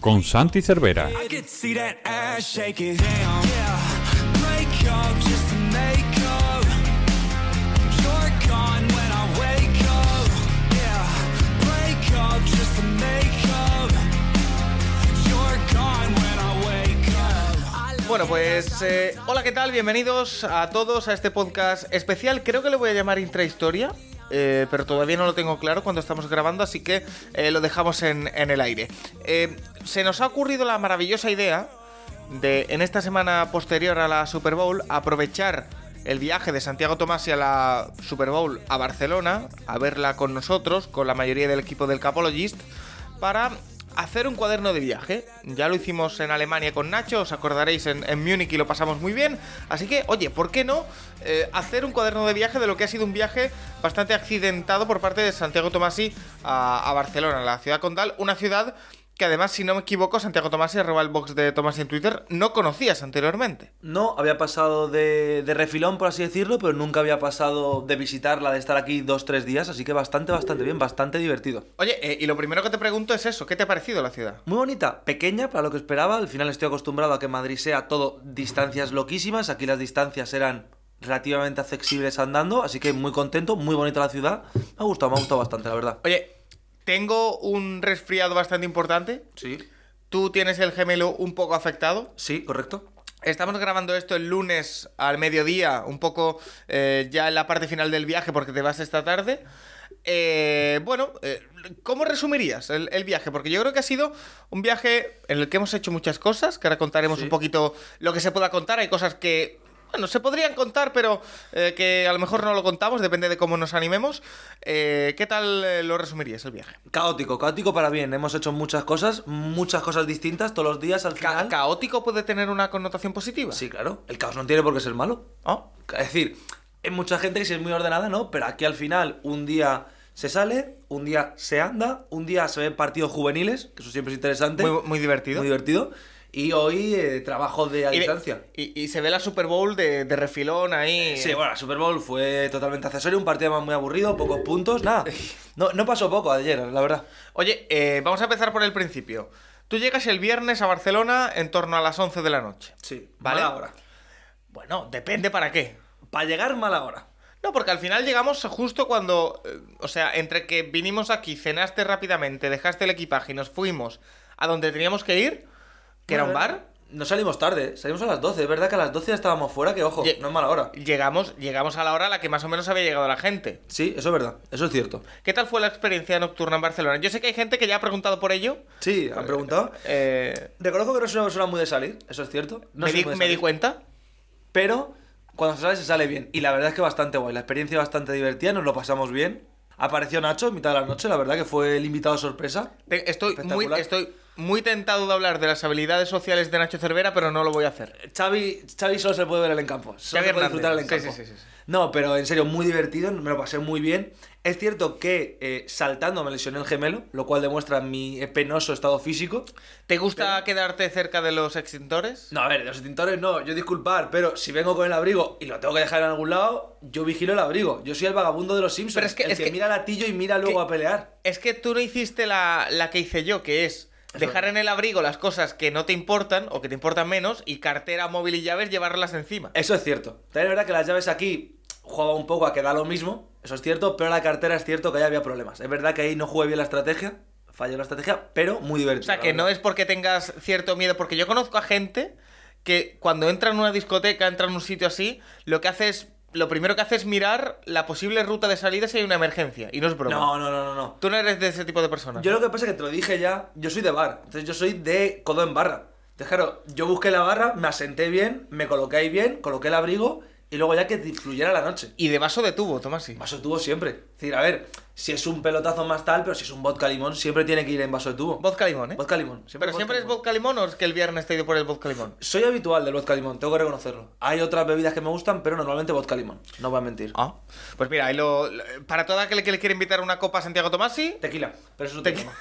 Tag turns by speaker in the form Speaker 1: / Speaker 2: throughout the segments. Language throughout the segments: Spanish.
Speaker 1: con Santi Cervera.
Speaker 2: I could see that ass shaking. Damn. Yeah. Break up just to make up. You're gone when I wake up. Yeah. Break up just to make up. You're gone when I wake up.
Speaker 3: Bueno, pues eh, hola, ¿qué tal? Bienvenidos a todos a este podcast especial. Creo que le voy a llamar Intrahistoria, eh, pero todavía no lo tengo claro cuando estamos grabando, así que eh, lo dejamos en, en el aire. Eh, se nos ha ocurrido la maravillosa idea de, en esta semana posterior a la Super Bowl, aprovechar el viaje de Santiago Tomás y a la Super Bowl a Barcelona, a verla con nosotros, con la mayoría del equipo del Capologist, para hacer un cuaderno de viaje. Ya lo hicimos en Alemania con Nacho, os acordaréis en, en Múnich y lo pasamos muy bien. Así que, oye, ¿por qué no eh, hacer un cuaderno de viaje de lo que ha sido un viaje bastante accidentado por parte de Santiago Tomasi a, a Barcelona, la ciudad condal, una ciudad que además, si no me equivoco, Santiago Tomasi, arroba el box de Tomasi en Twitter, no conocías anteriormente.
Speaker 4: No, había pasado de, de refilón, por así decirlo, pero nunca había pasado de visitarla, de estar aquí dos, tres días, así que bastante, bastante bien, bastante divertido.
Speaker 3: Oye, eh, y lo primero que te pregunto es eso, ¿qué te ha parecido la ciudad?
Speaker 4: Muy bonita, pequeña para lo que esperaba, al final estoy acostumbrado a que Madrid sea todo distancias loquísimas, aquí las distancias eran relativamente accesibles andando, así que muy contento, muy bonita la ciudad, me ha gustado, me ha gustado bastante, la verdad.
Speaker 3: Oye, tengo un resfriado bastante importante.
Speaker 4: Sí,
Speaker 3: Tú tienes el gemelo un poco afectado.
Speaker 4: sí, correcto.
Speaker 3: Estamos grabando esto el lunes al mediodía, un poco eh, ya en la parte final del viaje porque te vas esta tarde. Eh, bueno, eh, ¿cómo resumirías el, el viaje? Porque yo creo que ha sido un viaje en el que hemos hecho muchas cosas, que ahora contaremos
Speaker 4: Sí.
Speaker 3: un poquito lo que se pueda contar. Hay cosas que, bueno, se podrían contar, pero eh, que a lo mejor no lo contamos, depende de cómo nos animemos. Eh, ¿Qué tal eh, lo resumirías el viaje?
Speaker 4: Caótico, caótico para bien, hemos hecho muchas cosas, muchas cosas distintas todos los días al
Speaker 3: Ca-
Speaker 4: final.
Speaker 3: ¿Caótico puede tener una connotación positiva?
Speaker 4: Sí, claro. El caos no tiene por qué ser malo.
Speaker 3: ¿No?
Speaker 4: Es decir, hay mucha gente que sí es muy ordenada, ¿no? Pero aquí al final, un día se sale, un día se anda, un día se ven partidos juveniles, que eso siempre es interesante.
Speaker 3: Muy, muy divertido.
Speaker 4: Muy divertido. Y hoy eh, trabajo de a
Speaker 3: Y ve-
Speaker 4: distancia.
Speaker 3: Y, y se ve la Super Bowl de, de refilón ahí.
Speaker 4: Sí, bueno, la Super Bowl fue totalmente accesorio, un partido más muy aburrido, pocos puntos, nada. No, no pasó poco ayer, la verdad.
Speaker 3: Oye, eh, vamos a empezar por el principio. Tú llegas el viernes a Barcelona en torno a las 11 de la noche.
Speaker 4: Sí,
Speaker 3: ¿Vale?
Speaker 4: mala hora.
Speaker 3: Bueno, depende para qué.
Speaker 4: Para llegar, mala hora.
Speaker 3: No, porque al final llegamos justo cuando. eh, o sea, entre que vinimos aquí, cenaste rápidamente, dejaste el equipaje y nos fuimos a donde teníamos que ir, que era un bar.
Speaker 4: No salimos tarde, salimos a las 12. Es verdad que a las 12 ya estábamos fuera, que ojo,
Speaker 3: Ye-
Speaker 4: Oh, no es mala hora.
Speaker 3: Llegamos, llegamos a la hora a la que más o menos había llegado la gente.
Speaker 4: Sí, eso es verdad, eso es cierto.
Speaker 3: ¿Qué tal fue la experiencia nocturna en Barcelona? Yo sé que hay gente que ya ha preguntado por ello.
Speaker 4: Sí, han preguntado.
Speaker 3: Eh,
Speaker 4: Reconozco que no soy una persona muy de salir, eso es cierto. No
Speaker 3: me,
Speaker 4: soy
Speaker 3: di,
Speaker 4: muy de
Speaker 3: me di
Speaker 4: salir.
Speaker 3: cuenta.
Speaker 4: Pero cuando se sale, se sale bien. Y la verdad es que bastante guay. La experiencia bastante divertida, nos lo pasamos bien. Apareció Nacho en mitad de la noche, la verdad que fue el invitado sorpresa.
Speaker 3: Te- Estoy muy,
Speaker 4: Espectacular.
Speaker 3: estoy muy tentado de hablar de las habilidades sociales de Nacho Cervera, pero no lo voy a hacer.
Speaker 4: Xavi, Xavi solo se puede ver él en campo. Solo
Speaker 3: Xavi
Speaker 4: se puede disfrutar él en
Speaker 3: Hernández.
Speaker 4: campo.
Speaker 3: Sí, sí, sí, sí.
Speaker 4: No, pero en serio, muy divertido, me lo pasé muy bien. Es cierto que eh, saltando me lesioné el gemelo, lo cual demuestra mi eh, penoso estado físico.
Speaker 3: ¿Te gusta quedarte cerca de los extintores?
Speaker 4: No, a ver, de los extintores no, yo disculpar, pero si vengo con el abrigo y lo tengo que dejar en algún lado, yo vigilo el abrigo. Yo soy el vagabundo de los Simpsons.
Speaker 3: Pero es que-
Speaker 4: el
Speaker 3: es
Speaker 4: que,
Speaker 3: que-
Speaker 4: mira latillo y mira luego
Speaker 3: que-
Speaker 4: a pelear.
Speaker 3: Es que tú no hiciste la, la que hice yo, que es dejar en el abrigo las cosas que no te importan o que te importan menos y cartera, móvil y llaves llevarlas encima.
Speaker 4: Eso es cierto. También es verdad que las llaves aquí jugaba un poco a que da lo mismo, eso es cierto, pero la cartera es cierto que ahí había problemas. Es verdad que ahí no jugué bien la estrategia, falló la estrategia, pero muy divertido.
Speaker 3: O sea, que
Speaker 4: la
Speaker 3: no
Speaker 4: verdad.
Speaker 3: es porque tengas cierto miedo, porque yo conozco a gente que cuando entra en una discoteca, entra en un sitio así, lo que hace es, lo primero que hace es mirar la posible ruta de salida si hay una emergencia, y no es broma.
Speaker 4: No, no, no, no, no.
Speaker 3: Tú no eres de ese tipo de persona.
Speaker 4: Yo lo que pasa es que te lo dije ya, yo soy de bar, entonces yo soy de codo en barra. Entonces, claro, yo busqué la barra, me asenté bien, me coloqué ahí bien, coloqué el abrigo y luego ya que fluyera la noche.
Speaker 3: Y de vaso de tubo, toma así.
Speaker 4: Vaso de tubo siempre. Es decir, a ver, si es un pelotazo más tal, pero si es un vodka limón, siempre tiene que ir en vaso de tubo.
Speaker 3: Vodka limón, ¿eh?
Speaker 4: Vodka limón.
Speaker 3: Pero siempre es
Speaker 4: limón.
Speaker 3: vodka limón o es que el viernes te he ido por el vodka limón.
Speaker 4: Soy habitual del vodka limón, tengo que reconocerlo. Hay otras bebidas que me gustan, pero normalmente vodka limón. No voy a mentir.
Speaker 3: Ah, pues mira, ahí lo, lo- para toda aquel que le quiere invitar una copa a Santiago Tomasi,
Speaker 4: Tequila. Pero eso es otro
Speaker 3: Tequi-
Speaker 4: tema.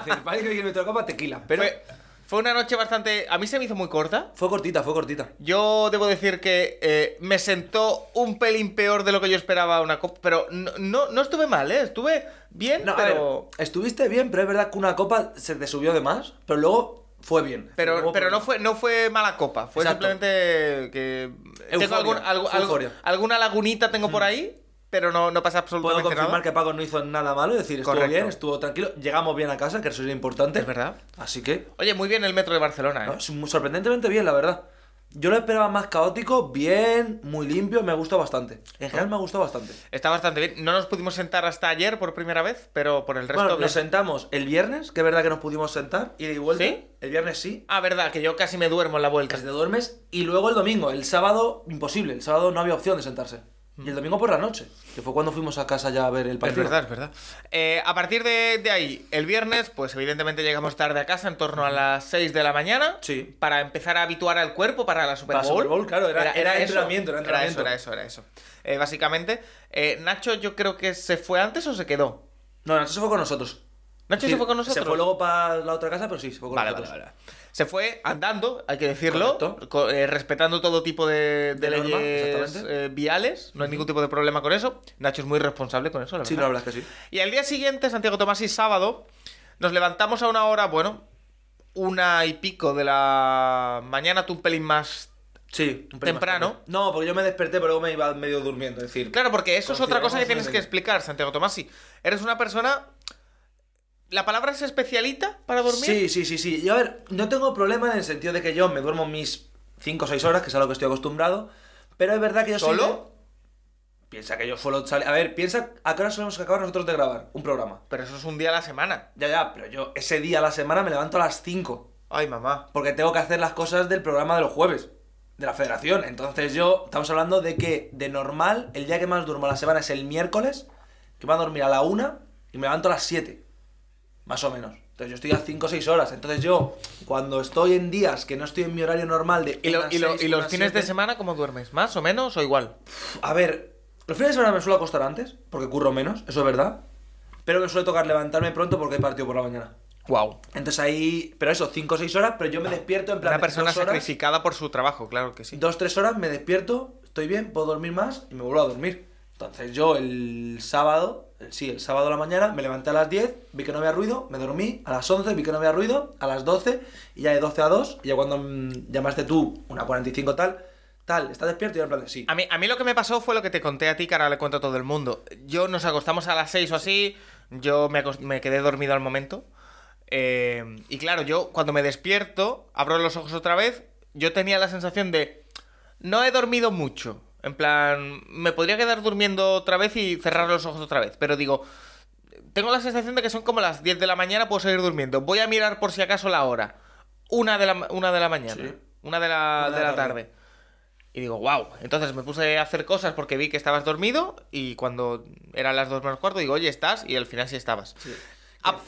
Speaker 4: Es decir, para alguien que quiere meter copa, tequila. Pero
Speaker 3: fue, fue una noche bastante... A mí se me hizo muy corta.
Speaker 4: fue cortita, fue cortita.
Speaker 3: Yo debo decir que eh, me sentó un pelín peor de lo que yo esperaba una copa, pero no, no, no estuve mal, ¿eh? Estuve bien,
Speaker 4: No, a
Speaker 3: pero...
Speaker 4: ver, estuviste bien, pero es verdad que una copa se te subió de más, pero luego fue bien.
Speaker 3: Pero,
Speaker 4: Luego
Speaker 3: pero no, fue, no fue mala copa, fue
Speaker 4: Exacto.
Speaker 3: simplemente que... Tengo
Speaker 4: Euforia,
Speaker 3: algún- algo-
Speaker 4: fue
Speaker 3: algo-
Speaker 4: euforia. Mm.
Speaker 3: alguna lagunita tengo por ahí, pero no, no pasa
Speaker 4: pues, Puedo
Speaker 3: absolutamente
Speaker 4: confirmar
Speaker 3: nada.
Speaker 4: que Paco no hizo nada malo, es decir, estuvo
Speaker 3: Correcto.
Speaker 4: bien, estuvo tranquilo. Llegamos bien a casa, que eso es importante.
Speaker 3: Es verdad.
Speaker 4: Así que,
Speaker 3: Oye, muy bien el metro de Barcelona, ¿eh?
Speaker 4: no, es muy- sorprendentemente bien, la verdad. Yo lo esperaba más caótico, bien, muy limpio, me gustó bastante. En general me gustó bastante.
Speaker 3: Está bastante bien. No nos pudimos sentar hasta ayer por primera vez, pero por el resto...
Speaker 4: Bueno,
Speaker 3: bien.
Speaker 4: nos sentamos el viernes, que es verdad que nos pudimos sentar, ida y de vuelta.
Speaker 3: ¿Sí?
Speaker 4: El viernes sí,
Speaker 3: Ah, verdad, que yo casi me duermo en la vuelta.
Speaker 4: casi te duermes. Y luego el domingo, el sábado, imposible. El sábado no había opción de sentarse. Y el domingo por la noche, que fue cuando fuimos a casa ya a ver el
Speaker 3: Mm. Es
Speaker 4: partido.
Speaker 3: verdad, es verdad. Eh, a partir de, de ahí, el viernes, pues evidentemente llegamos tarde a casa, en torno a las 6 de la mañana.
Speaker 4: Sí.
Speaker 3: Para empezar a habituar al cuerpo para la Super Bowl.
Speaker 4: Para Super Bowl, claro, era- era
Speaker 3: eso.
Speaker 4: entrenamiento, era entrenamiento.
Speaker 3: Era eso, era eso. era eso. Eh, básicamente, eh, Nacho yo creo que se fue antes o se quedó.
Speaker 4: No, Nacho se fue con nosotros.
Speaker 3: Nacho
Speaker 4: Es
Speaker 3: se fue con nosotros.
Speaker 4: Se fue luego para la otra casa, pero sí, se fue con
Speaker 3: Vale,
Speaker 4: nosotros.
Speaker 3: vale, vale. Se fue andando, hay que decirlo,
Speaker 4: Correcto.
Speaker 3: co- eh, respetando todo tipo de, de
Speaker 4: De norma,
Speaker 3: leyes
Speaker 4: exactamente.
Speaker 3: eh, viales, no hay ningún tipo de problema con eso. Nacho es muy responsable con eso, la
Speaker 4: Sí,
Speaker 3: verdad.
Speaker 4: la verdad es que sí.
Speaker 3: Y al día siguiente, Santiago Tomás y sábado, nos levantamos a una hora, bueno, una y pico de la mañana, tú un pelín más.
Speaker 4: Sí, un pelín más
Speaker 3: Temprano.
Speaker 4: tarde. No, porque yo me desperté, pero luego me iba medio durmiendo. Es decir,
Speaker 3: Claro, porque eso es otra cosa que
Speaker 4: Consideramos
Speaker 3: tienes
Speaker 4: una
Speaker 3: que
Speaker 4: idea.
Speaker 3: explicar, Santiago Tomasi. Eres una persona. ¿La palabra es especialita para dormir?
Speaker 4: Sí, sí, sí, sí. Yo, a ver, no tengo problema en el sentido de que yo me duermo mis 5 o 6 horas, que es a lo que estoy acostumbrado, pero es verdad que yo soy
Speaker 3: ¿Solo?
Speaker 4: de- Piensa que yo solo sale... A ver, piensa a qué hora solemos acabar nosotros de grabar un programa.
Speaker 3: Pero eso es un día a la semana.
Speaker 4: Ya, ya, pero yo ese día a la semana me levanto a las 5,
Speaker 3: Ay, mamá.
Speaker 4: porque tengo que hacer las cosas del programa de los jueves, de la federación. Entonces yo, estamos hablando de que de normal, el día que más duermo a la semana es el miércoles, que me voy a dormir a la 1 y me levanto a las 7. Más o menos. Entonces yo estoy a 5 o 6 horas. Entonces yo, cuando estoy en días que no estoy en mi horario normal de...
Speaker 3: ¿Y, lo-
Speaker 4: una a
Speaker 3: y lo-
Speaker 4: seis,
Speaker 3: y
Speaker 4: una
Speaker 3: los
Speaker 4: a
Speaker 3: fines de
Speaker 4: siete,
Speaker 3: semana cómo duermes? ¿Más o menos o igual?
Speaker 4: A ver, los fines de semana me suelo acostar antes, porque curro menos, eso es verdad. Pero me suele tocar levantarme pronto porque hay partido por la mañana.
Speaker 3: Wow.
Speaker 4: Entonces ahí, pero eso, 5 o 6 horas, pero yo me despierto en plan...
Speaker 3: Una
Speaker 4: de
Speaker 3: persona
Speaker 4: dos horas,
Speaker 3: sacrificada por su trabajo, claro que sí.
Speaker 4: Dos, tres horas, me despierto, estoy bien, puedo dormir más y me vuelvo a dormir. Entonces yo el sábado, el- sí, el sábado a la mañana, me levanté a las 10, vi que no había ruido, me dormí, a las 11 vi que no había ruido, a las 12 y ya de 12 a 2, y ya cuando mm, llamaste tú, una 45 tal, tal, ¿estás despierto? Y yo en plan de sí.
Speaker 3: A mí, a mí lo que me pasó fue lo que te conté a ti, que ahora le cuento a todo el mundo. Yo nos acostamos a las 6 o así, yo me, acos- me quedé dormido al momento. Eh, y claro, yo cuando me despierto, abro los ojos otra vez, yo tenía la sensación de, no he dormido mucho. En plan, me podría quedar durmiendo otra vez y cerrar los ojos otra vez. Pero digo, tengo la sensación de que son como las 10 de la mañana, puedo seguir durmiendo. Voy a mirar por si acaso la hora. Una de la, ma- una de la mañana.
Speaker 4: Sí.
Speaker 3: Una de la, de la tarde. Y digo, wow. Entonces me puse a hacer cosas porque vi que estabas dormido y cuando eran las 2 menos cuarto digo, oye, ¿estás? Y al final sí estabas. Ah,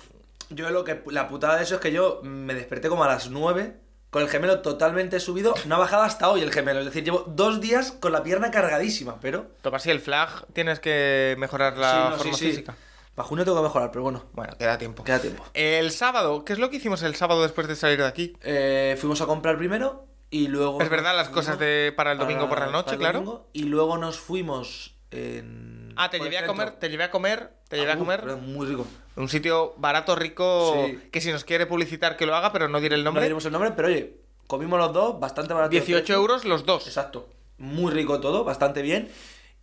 Speaker 4: Yo lo que, la putada de eso es que yo me desperté como a las 9, con el gemelo totalmente subido, no ha bajado hasta hoy el gemelo, es decir, llevo dos días con la pierna cargadísima, pero...
Speaker 3: toma así el flag, tienes que mejorar la
Speaker 4: Sí, no, sí,
Speaker 3: forma
Speaker 4: sí.
Speaker 3: física.
Speaker 4: Para junio tengo que mejorar, pero bueno,
Speaker 3: Bueno, queda tiempo.
Speaker 4: queda tiempo.
Speaker 3: El sábado, ¿qué es lo que hicimos el sábado después de salir de aquí?
Speaker 4: Eh, fuimos a comprar primero y luego.
Speaker 3: Es verdad, las cosas de- para el domingo por la noche,
Speaker 4: para el
Speaker 3: claro.
Speaker 4: domingo, y luego nos fuimos en.
Speaker 3: Ah, te
Speaker 4: por el
Speaker 3: llevé a
Speaker 4: centro.
Speaker 3: comer, te llevé a comer, te llevé
Speaker 4: Ah,
Speaker 3: a comer.
Speaker 4: perdón, muy rico.
Speaker 3: Un sitio barato, rico,
Speaker 4: Sí.
Speaker 3: que si nos quiere publicitar que lo haga, pero no diré el
Speaker 4: No
Speaker 3: nombre.
Speaker 4: diremos el nombre, pero oye, comimos los dos, bastante barato. de
Speaker 3: 18
Speaker 4: precio.
Speaker 3: euros los dos.
Speaker 4: Exacto. Muy rico todo, bastante bien.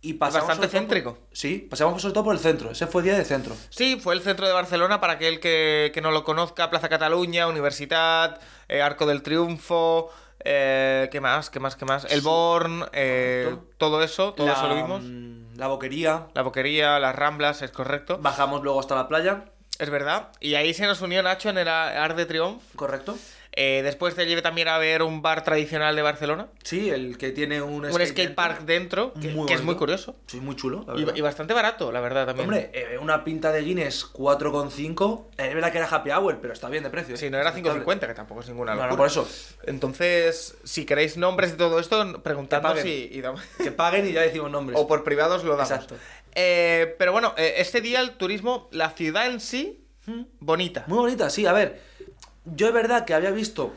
Speaker 4: Y pasamos
Speaker 3: Bastante
Speaker 4: sobre todo por-
Speaker 3: céntrico.
Speaker 4: sí, pasamos sobre todo por el centro. Ese fue día de centro.
Speaker 3: Sí, fue el centro de Barcelona para aquel que, que no lo conozca, Plaza Cataluña, Universidad, eh, Arco del Triunfo, eh, ¿qué más? ¿Qué más? ¿Qué más? El Born, eh,
Speaker 4: correcto.
Speaker 3: todo eso, todo eso lo vimos.
Speaker 4: mm, La boquería.
Speaker 3: La boquería, las ramblas, es correcto.
Speaker 4: Bajamos luego hasta la playa,
Speaker 3: Es verdad. Y ahí se nos unió Nacho en el Ar de Triunfo.
Speaker 4: correcto.
Speaker 3: Eh, después te lleve también a ver un bar tradicional de Barcelona.
Speaker 4: Sí, el que tiene un,
Speaker 3: Un skate park dentro, que, que es
Speaker 4: bonito.
Speaker 3: muy curioso.
Speaker 4: Sí, muy chulo, la
Speaker 3: Y,
Speaker 4: verdad.
Speaker 3: y bastante barato, la verdad, también.
Speaker 4: Hombre, eh, una pinta de Guinness 4,5. eh, Es verdad que era happy hour, pero está bien de precio. ¿eh?
Speaker 3: si no era
Speaker 4: Aceptable.
Speaker 3: 5.50, que tampoco es ninguna
Speaker 4: No, no,
Speaker 3: locura.
Speaker 4: por eso.
Speaker 3: Entonces, si queréis nombres de todo esto, preguntadnos
Speaker 4: paguen.
Speaker 3: y, y damos-
Speaker 4: Que paguen y ya decimos nombres.
Speaker 3: o por privados lo damos.
Speaker 4: Exacto.
Speaker 3: Eh, pero bueno, eh, este día el turismo, la ciudad en sí,
Speaker 4: Hmm.
Speaker 3: bonita.
Speaker 4: Muy bonita, sí. A ver, yo es verdad que había visto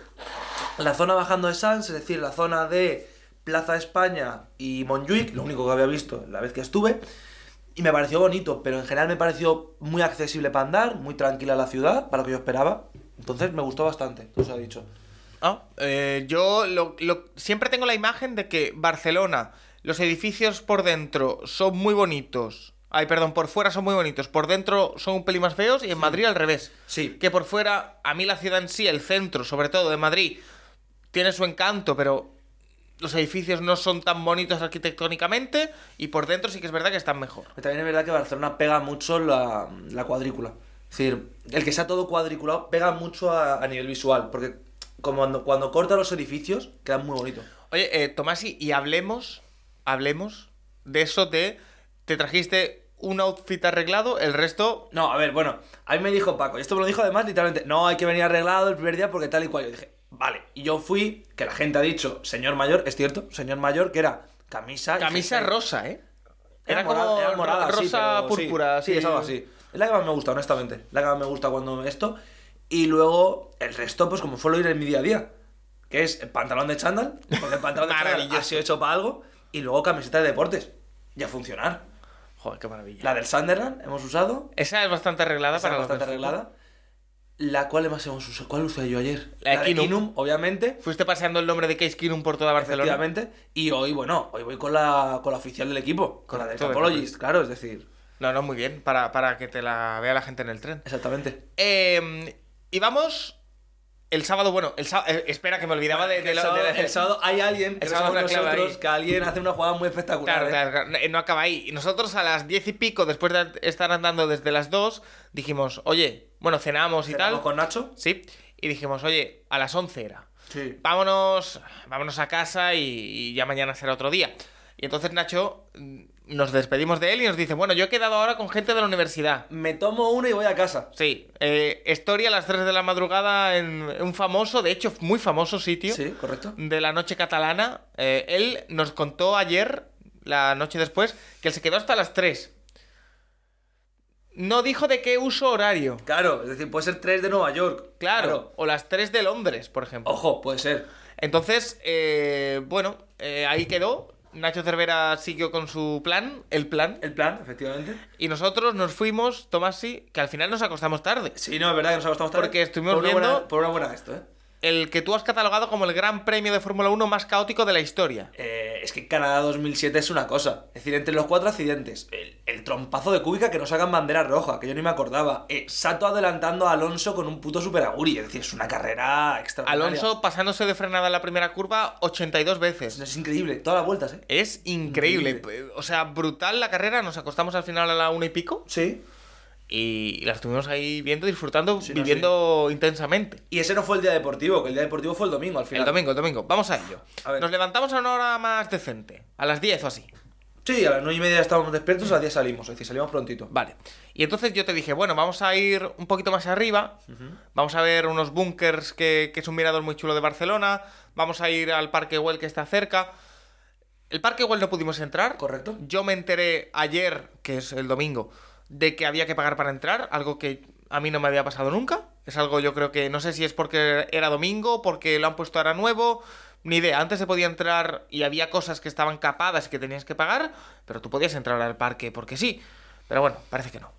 Speaker 4: la zona bajando de Sans, es decir, la zona de Plaza España y Montjuic, lo único que había visto la vez que estuve, y me pareció bonito, pero en general me pareció muy accesible para andar, muy tranquila la ciudad, para lo que yo esperaba. Entonces me gustó bastante, tú os has dicho.
Speaker 3: Ah, eh, yo lo- lo- siempre tengo la imagen de que Barcelona, los edificios por dentro son muy bonitos. Ay, perdón, por fuera son muy bonitos, por dentro son un pelín más feos y en Madrid al revés.
Speaker 4: Sí.
Speaker 3: Que por fuera, a mí la ciudad en sí, el centro, sobre todo de Madrid, tiene su encanto, pero los edificios no son tan bonitos arquitectónicamente y por dentro sí que es verdad que están mejor.
Speaker 4: Pero también es verdad que Barcelona pega mucho la, la cuadrícula. Es decir, el que sea todo cuadriculado pega mucho a, a nivel visual, porque como cuando, cuando corta los edificios, quedan muy bonitos.
Speaker 3: Oye, eh, Tomás, y, y hablemos, hablemos de eso de te trajiste un outfit arreglado, el resto
Speaker 4: No, a ver, bueno, a mí me dijo Paco, y esto me lo dijo además literalmente, no, hay que venir arreglado el primer día porque tal y cual. Yo dije, vale. Y yo fui, que la gente ha dicho, señor mayor, es cierto, señor mayor, que era camisa. y
Speaker 3: Camisa
Speaker 4: jersey.
Speaker 3: rosa, ¿eh?
Speaker 4: Era, como
Speaker 3: era
Speaker 4: morada, sí,
Speaker 3: rosa
Speaker 4: pero sí.
Speaker 3: púrpura,
Speaker 4: Sí, es algo así. Es la que más me gusta, honestamente. La que más me gusta cuando esto. Y luego el resto, pues como suelo ir en mi día a día. Que es el pantalón de chándal, porque el pantalón de chándal ha
Speaker 3: Maravilloso.
Speaker 4: sido hecho para algo. Y luego camiseta de deportes. Y a funcionar.
Speaker 3: Joder, qué maravilla.
Speaker 4: La del Sunderland hemos usado.
Speaker 3: Esa es bastante arreglada
Speaker 4: Está
Speaker 3: para los
Speaker 4: bastante
Speaker 3: del fútbol.
Speaker 4: arreglada. La cual más hemos usado. ¿Cuál usé yo ayer?
Speaker 3: La de Kinum.
Speaker 4: obviamente.
Speaker 3: Fuiste paseando el nombre de Case Keenum por toda Barcelona.
Speaker 4: Efectivamente. Y hoy, bueno, hoy voy con la, con la oficial del equipo. Con la del
Speaker 3: Correcto, de
Speaker 4: Topologist, claro, es decir.
Speaker 3: No, no, muy bien, para, para que te la vea la gente en el tren.
Speaker 4: Exactamente.
Speaker 3: Eh, y vamos el sábado, bueno, el sá- eh, espera que me olvidaba de, de
Speaker 4: el,
Speaker 3: lo-
Speaker 4: sábado,
Speaker 3: de-
Speaker 4: el sábado hay alguien que
Speaker 3: el
Speaker 4: no
Speaker 3: sábado
Speaker 4: somos
Speaker 3: una clave
Speaker 4: nosotros
Speaker 3: ahí.
Speaker 4: que alguien hace una jugada muy espectacular.
Speaker 3: Claro,
Speaker 4: ¿eh?
Speaker 3: claro, claro, no- no acaba ahí. Y nosotros a las diez y pico, después de estar andando desde las dos, dijimos, oye, bueno, cenamos y
Speaker 4: Cenamos
Speaker 3: tal.
Speaker 4: con Nacho.
Speaker 3: Sí, y dijimos, oye, a las 11 era.
Speaker 4: Sí.
Speaker 3: Vámonos, vámonos a casa y, y ya mañana será otro día. Y entonces Nacho mm, nos despedimos de él y nos dice, bueno, yo he quedado ahora con gente de la universidad.
Speaker 4: Me tomo una y voy a casa.
Speaker 3: Sí, eh, Story a las 3 de la madrugada en un famoso, de hecho, muy famoso sitio
Speaker 4: Sí, correcto.
Speaker 3: de la noche catalana. Eh, él nos contó ayer, la noche después, que él se quedó hasta las 3. No dijo de qué uso horario.
Speaker 4: Claro, es decir, puede ser tres de Nueva York.
Speaker 3: Claro, o las 3 de Londres, por ejemplo.
Speaker 4: Ojo, puede ser.
Speaker 3: Entonces, eh, bueno, eh, ahí quedó. Nacho Cervera siguió con su plan, el plan.
Speaker 4: El plan, efectivamente.
Speaker 3: Y nosotros nos fuimos, Tomás sí, que al final nos acostamos tarde.
Speaker 4: Sí, no, es verdad que nos ha costado tarde.
Speaker 3: Porque estuvimos
Speaker 4: por una
Speaker 3: viendo-
Speaker 4: buena- por una buena esto, ¿eh?
Speaker 3: El que tú has catalogado como el gran premio de Fórmula 1 más caótico de la historia.
Speaker 4: Eh, es que Canadá 2007 es una cosa. Es decir, entre los cuatro accidentes, el, el trompazo de Kubica que nos hagan bandera roja, que yo ni me acordaba, eh, Sato adelantando a Alonso con un puto superaguri, es decir, es una carrera extraordinaria.
Speaker 3: Alonso pasándose de frenada en la primera curva 82
Speaker 4: Es,
Speaker 3: veces.
Speaker 4: es increíble, todas las vueltas, ¿eh?
Speaker 3: Es increíble.
Speaker 4: Increíble.
Speaker 3: O sea, brutal la carrera. Nos acostamos al final a la una y pico.
Speaker 4: Sí.
Speaker 3: Y la estuvimos ahí viendo, disfrutando,
Speaker 4: Sí, no,
Speaker 3: viviendo intensamente.
Speaker 4: Y ese no fue el día deportivo, que el día deportivo fue el domingo al final.
Speaker 3: El domingo, el domingo. Vamos a ello.
Speaker 4: A ver.
Speaker 3: Nos levantamos a una hora más decente. A las 10 o así.
Speaker 4: Sí, a las 9 y media estábamos despiertos, a las 10 salimos, es decir, salimos prontito.
Speaker 3: Vale. Y entonces yo te dije, bueno, vamos a ir un poquito más arriba, vamos a ver unos búnkers que, que es un mirador muy chulo de Barcelona, vamos a ir al Parque Güell que está cerca. El Parque Güell no pudimos entrar.
Speaker 4: Correcto.
Speaker 3: Yo me enteré ayer, que es el domingo, de que había que pagar para entrar, algo que a mí no me había pasado nunca. Es algo yo creo que no sé si es porque era domingo, porque lo han puesto ahora nuevo, ni idea. Antes se podía entrar y había cosas que estaban capadas y que tenías que pagar, pero tú podías entrar al parque porque sí. Pero bueno, parece que no.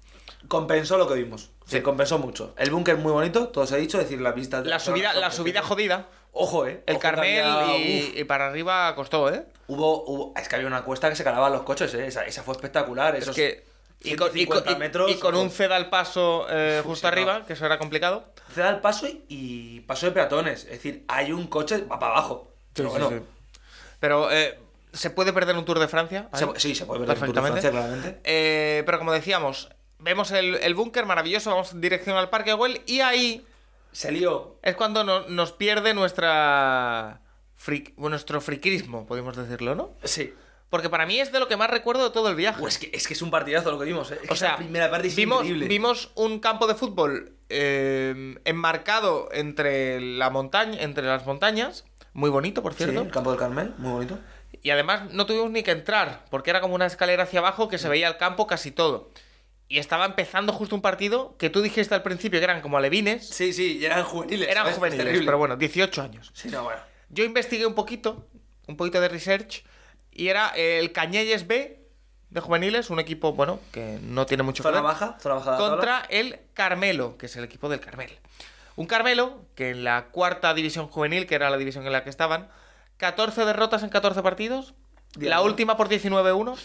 Speaker 4: Compensó lo que vimos. Sí,
Speaker 3: Sí.
Speaker 4: compensó mucho. El búnker muy bonito, todo se ha dicho, es decir, la vista de
Speaker 3: La subida, la subida jodida.
Speaker 4: Ojo, eh.
Speaker 3: El
Speaker 4: Ojo que
Speaker 3: Carmel
Speaker 4: había-
Speaker 3: y, y para arriba costó, ¿eh?
Speaker 4: Hubo, hubo- es que había una cuesta que se calaban los coches, ¿eh? esa, esa fue espectacular.
Speaker 3: Es
Speaker 4: esos
Speaker 3: que. Y con, y con-
Speaker 4: 150
Speaker 3: y-
Speaker 4: metros,
Speaker 3: y con un cedal paso eh,
Speaker 4: Uf,
Speaker 3: justo
Speaker 4: sí, no.
Speaker 3: arriba, que eso era complicado.
Speaker 4: se da el paso y, y paso de peatones. Es decir, hay un coche, va para abajo. Pero
Speaker 3: sí,
Speaker 4: bueno,
Speaker 3: sí. Pero, eh, ¿se puede perder un Tour de Francia?
Speaker 4: se-
Speaker 3: Ahí.
Speaker 4: sí, se puede ver el Tour de
Speaker 3: Perfectamente.
Speaker 4: Francia, claramente.
Speaker 3: Eh, pero como decíamos, vemos el, el búnker maravilloso, vamos en dirección al Parque Güell y ahí
Speaker 4: Se lió.
Speaker 3: Es cuando no- nos pierde nuestra fric- nuestro friquismo, podemos decirlo, ¿no?
Speaker 4: Sí.
Speaker 3: Porque para mí es de lo que más recuerdo de todo el viaje.
Speaker 4: Buah, es, que, es que es un partidazo lo que vimos, ¿eh? Es que
Speaker 3: o sea,
Speaker 4: esa primera parte es
Speaker 3: vimos,
Speaker 4: increíble.
Speaker 3: vimos un campo de fútbol eh, enmarcado entre, la montaña, entre las montañas, muy bonito, por
Speaker 4: Sí,
Speaker 3: cierto.
Speaker 4: el campo del Carmel, muy bonito.
Speaker 3: Y además no tuvimos ni que entrar, porque era como una escalera hacia abajo que se
Speaker 4: Mm.
Speaker 3: veía el campo casi todo. Y estaba empezando justo un partido que tú dijiste al principio que eran como alevines.
Speaker 4: Sí, sí, y eran juveniles.
Speaker 3: eran
Speaker 4: ¿sabes? Es
Speaker 3: juveniles,
Speaker 4: terrible.
Speaker 3: pero bueno, 18 años.
Speaker 4: Sí, no, bueno.
Speaker 3: Yo investigué un poquito, un poquito de research, y era el Cañelles B de juveniles, un equipo, bueno, que no tiene mucho que
Speaker 4: Zona
Speaker 3: ver,
Speaker 4: baja, zona baja de la
Speaker 3: contra
Speaker 4: tabla.
Speaker 3: el Carmelo, que es el equipo del Carmel. Un Carmelo que en la cuarta división juvenil, que era la división en la que estaban, 14 derrotas en 14 partidos,
Speaker 4: Diablo.
Speaker 3: la última por 19-1,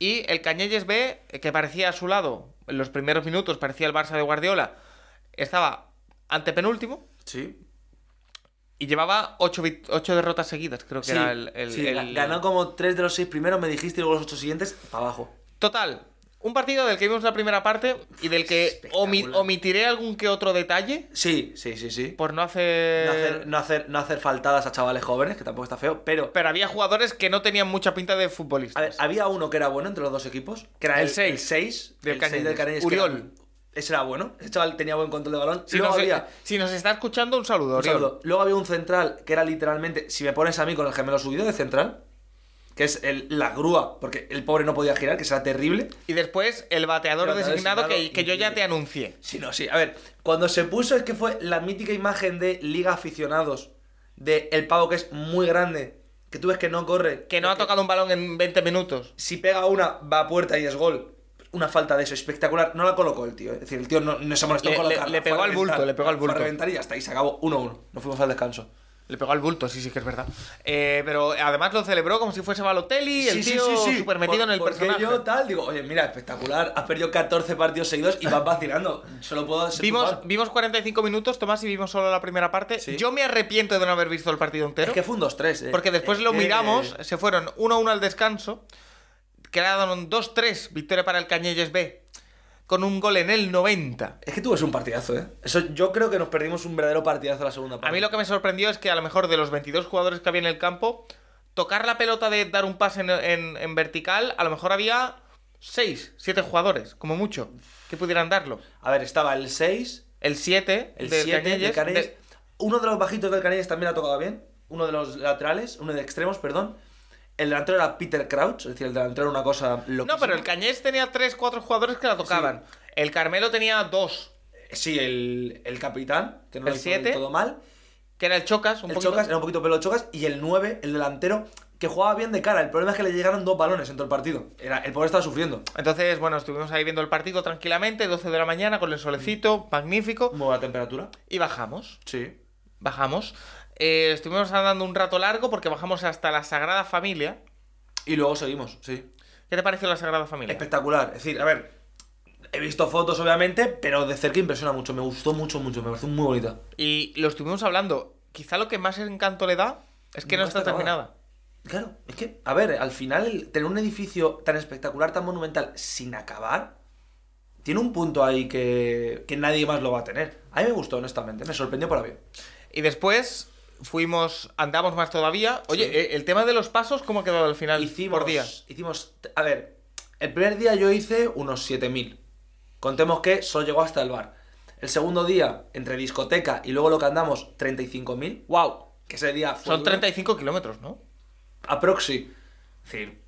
Speaker 3: y el Cañelles B, que parecía a su lado, en los primeros minutos parecía el Barça de Guardiola, estaba antepenúltimo,
Speaker 4: Sí.
Speaker 3: y llevaba ocho, vit- ocho derrotas seguidas, creo que
Speaker 4: Sí,
Speaker 3: era el. el-
Speaker 4: sí,
Speaker 3: el-
Speaker 4: ganó como tres de los seis primeros, me dijiste, y luego los ocho siguientes, para abajo.
Speaker 3: Total. Un partido del que vimos la primera parte y del que omi-
Speaker 4: Espectacular.
Speaker 3: omitiré algún que otro detalle
Speaker 4: Sí, sí, sí, sí.
Speaker 3: por no hacer...
Speaker 4: No hacer, no, hacer, no hacer faltadas a chavales jóvenes, que tampoco está feo, pero...
Speaker 3: Pero había jugadores que no tenían mucha pinta de
Speaker 4: A ver,
Speaker 3: futbolistas.
Speaker 4: había uno que era bueno entre los dos equipos, que era
Speaker 3: El
Speaker 4: el,
Speaker 3: seis.
Speaker 4: 6
Speaker 3: Del Canillas.
Speaker 4: del Canillas. que
Speaker 3: Uriol.
Speaker 4: era- ese era bueno, ese chaval tenía buen control de balón.
Speaker 3: si,
Speaker 4: luego,
Speaker 3: nos,
Speaker 4: había,
Speaker 3: si nos está escuchando, un saludo,
Speaker 4: un
Speaker 3: Oriol.
Speaker 4: saludo. Luego había un central que era literalmente, si me pones a mí con el gemelo subido de central, que es el- la grúa, porque el pobre no podía girar, que será terrible.
Speaker 3: Y después el bateador
Speaker 4: Bateador
Speaker 3: designado que,
Speaker 4: designado,
Speaker 3: que yo ya
Speaker 4: increíble.
Speaker 3: te anuncié.
Speaker 4: Sí, no, sí. A ver, cuando se puso es que fue la mítica imagen de Liga Aficionados, de el pavo que es muy grande, que tú ves que no corre.
Speaker 3: Que no ha tocado un balón en 20 minutos.
Speaker 4: Si pega una, va a puerta y es gol. Una falta de eso espectacular. No la colocó el tío. ¿eh? Es decir, el tío no, no se molestó
Speaker 3: Le-
Speaker 4: en colocarla.
Speaker 3: le- le
Speaker 4: Fue
Speaker 3: pegó
Speaker 4: a
Speaker 3: al bulto,
Speaker 4: reventar,
Speaker 3: le pegó al
Speaker 4: fue a
Speaker 3: bulto.
Speaker 4: reventar y hasta ahí se acabó 1-1. Nos fuimos al descanso.
Speaker 3: Le pegó al bulto, sí, sí que es verdad. Eh, pero además lo celebró como si fuese Balotelli, el tío súper metido
Speaker 4: Por-
Speaker 3: en el
Speaker 4: porque
Speaker 3: personaje.
Speaker 4: yo tal, digo, oye, mira, espectacular. Has perdido 14 partidos seguidos y vas vacilando. Solo puedo ser tu
Speaker 3: Vimos,
Speaker 4: fan.
Speaker 3: vimos 45 minutos, Tomás, y vimos solo la primera parte.
Speaker 4: Sí.
Speaker 3: Yo me arrepiento de no haber visto el partido entero.
Speaker 4: Es que fue un 2-3. ¿eh?
Speaker 3: porque después
Speaker 4: Es
Speaker 3: lo
Speaker 4: que-
Speaker 3: miramos, se fueron 1-1 al descanso. Quedaron 2-3, victoria para el Cañelles B. Con un gol en el 90.
Speaker 4: Es que tú ves un partidazo, ¿eh? Eso, yo creo que nos perdimos un verdadero partidazo la segunda parte.
Speaker 3: A mí lo que me sorprendió es que a lo mejor de los 22 jugadores que había en el campo, tocar la pelota de dar un pase en, en- en vertical, a lo mejor había 6, 7 jugadores, como mucho, que pudieran darlo.
Speaker 4: A ver, estaba el 6,
Speaker 3: El 7
Speaker 4: el
Speaker 3: del
Speaker 4: 7
Speaker 3: Cañelles,
Speaker 4: del Canellas.
Speaker 3: de-
Speaker 4: Uno de los bajitos del Canellas también ha tocado bien. Uno de los laterales, uno de extremos, perdón. El delantero era Peter Crouch, es decir, el delantero era una cosa loca.
Speaker 3: No, pero el Cañés tenía 3, 4 jugadores que la tocaban. El Carmelo tenía 2,
Speaker 4: Sí, el, el capitán, que no
Speaker 3: El
Speaker 4: lo hizo del
Speaker 3: siete.
Speaker 4: todo mal.
Speaker 3: que era el Chocas, un
Speaker 4: el
Speaker 3: poquito.
Speaker 4: Chocas, era un poquito pelo Chocas. Y el 9, el delantero, que jugaba bien de cara. El problema es que le llegaron dos balones en todo el partido. Era, el pobre estaba sufriendo.
Speaker 3: Entonces, bueno, estuvimos ahí viendo el partido tranquilamente, 12 de la mañana, con el solecito, magnífico,
Speaker 4: Muy buena temperatura.
Speaker 3: y bajamos,
Speaker 4: Sí.
Speaker 3: bajamos. Eh, estuvimos andando un rato largo porque bajamos hasta la Sagrada Familia.
Speaker 4: Y luego seguimos, sí.
Speaker 3: ¿Qué te pareció la Sagrada Familia?
Speaker 4: Espectacular. Es decir, a ver, he visto fotos obviamente, pero de cerca impresiona mucho. Me gustó mucho, mucho. Me pareció muy bonita.
Speaker 3: Y lo estuvimos hablando. Quizá lo que más encanto le da es que no,
Speaker 4: Nunca
Speaker 3: está
Speaker 4: está
Speaker 3: terminada.
Speaker 4: acabada. Claro, es que, a ver, al final el tener un edificio tan espectacular, tan monumental, sin acabar, tiene un punto ahí que, que nadie más lo va a tener. A mí me gustó, honestamente. Me sorprendió para bien.
Speaker 3: Y después fuimos, andamos más todavía. Oye,
Speaker 4: Sí.
Speaker 3: eh, el tema de los pasos, ¿cómo ha quedado al final
Speaker 4: Hicimos,
Speaker 3: por día?
Speaker 4: hicimos, a ver, el primer día yo hice unos 7.000. Contemos que solo llegó hasta el bar. El segundo día, entre discoteca y luego lo que andamos, 35.000.
Speaker 3: ¡Wow!
Speaker 4: Que ese día fue
Speaker 3: Son
Speaker 4: duro.
Speaker 3: 35 kilómetros, ¿no?
Speaker 4: Aproxi. Es decir,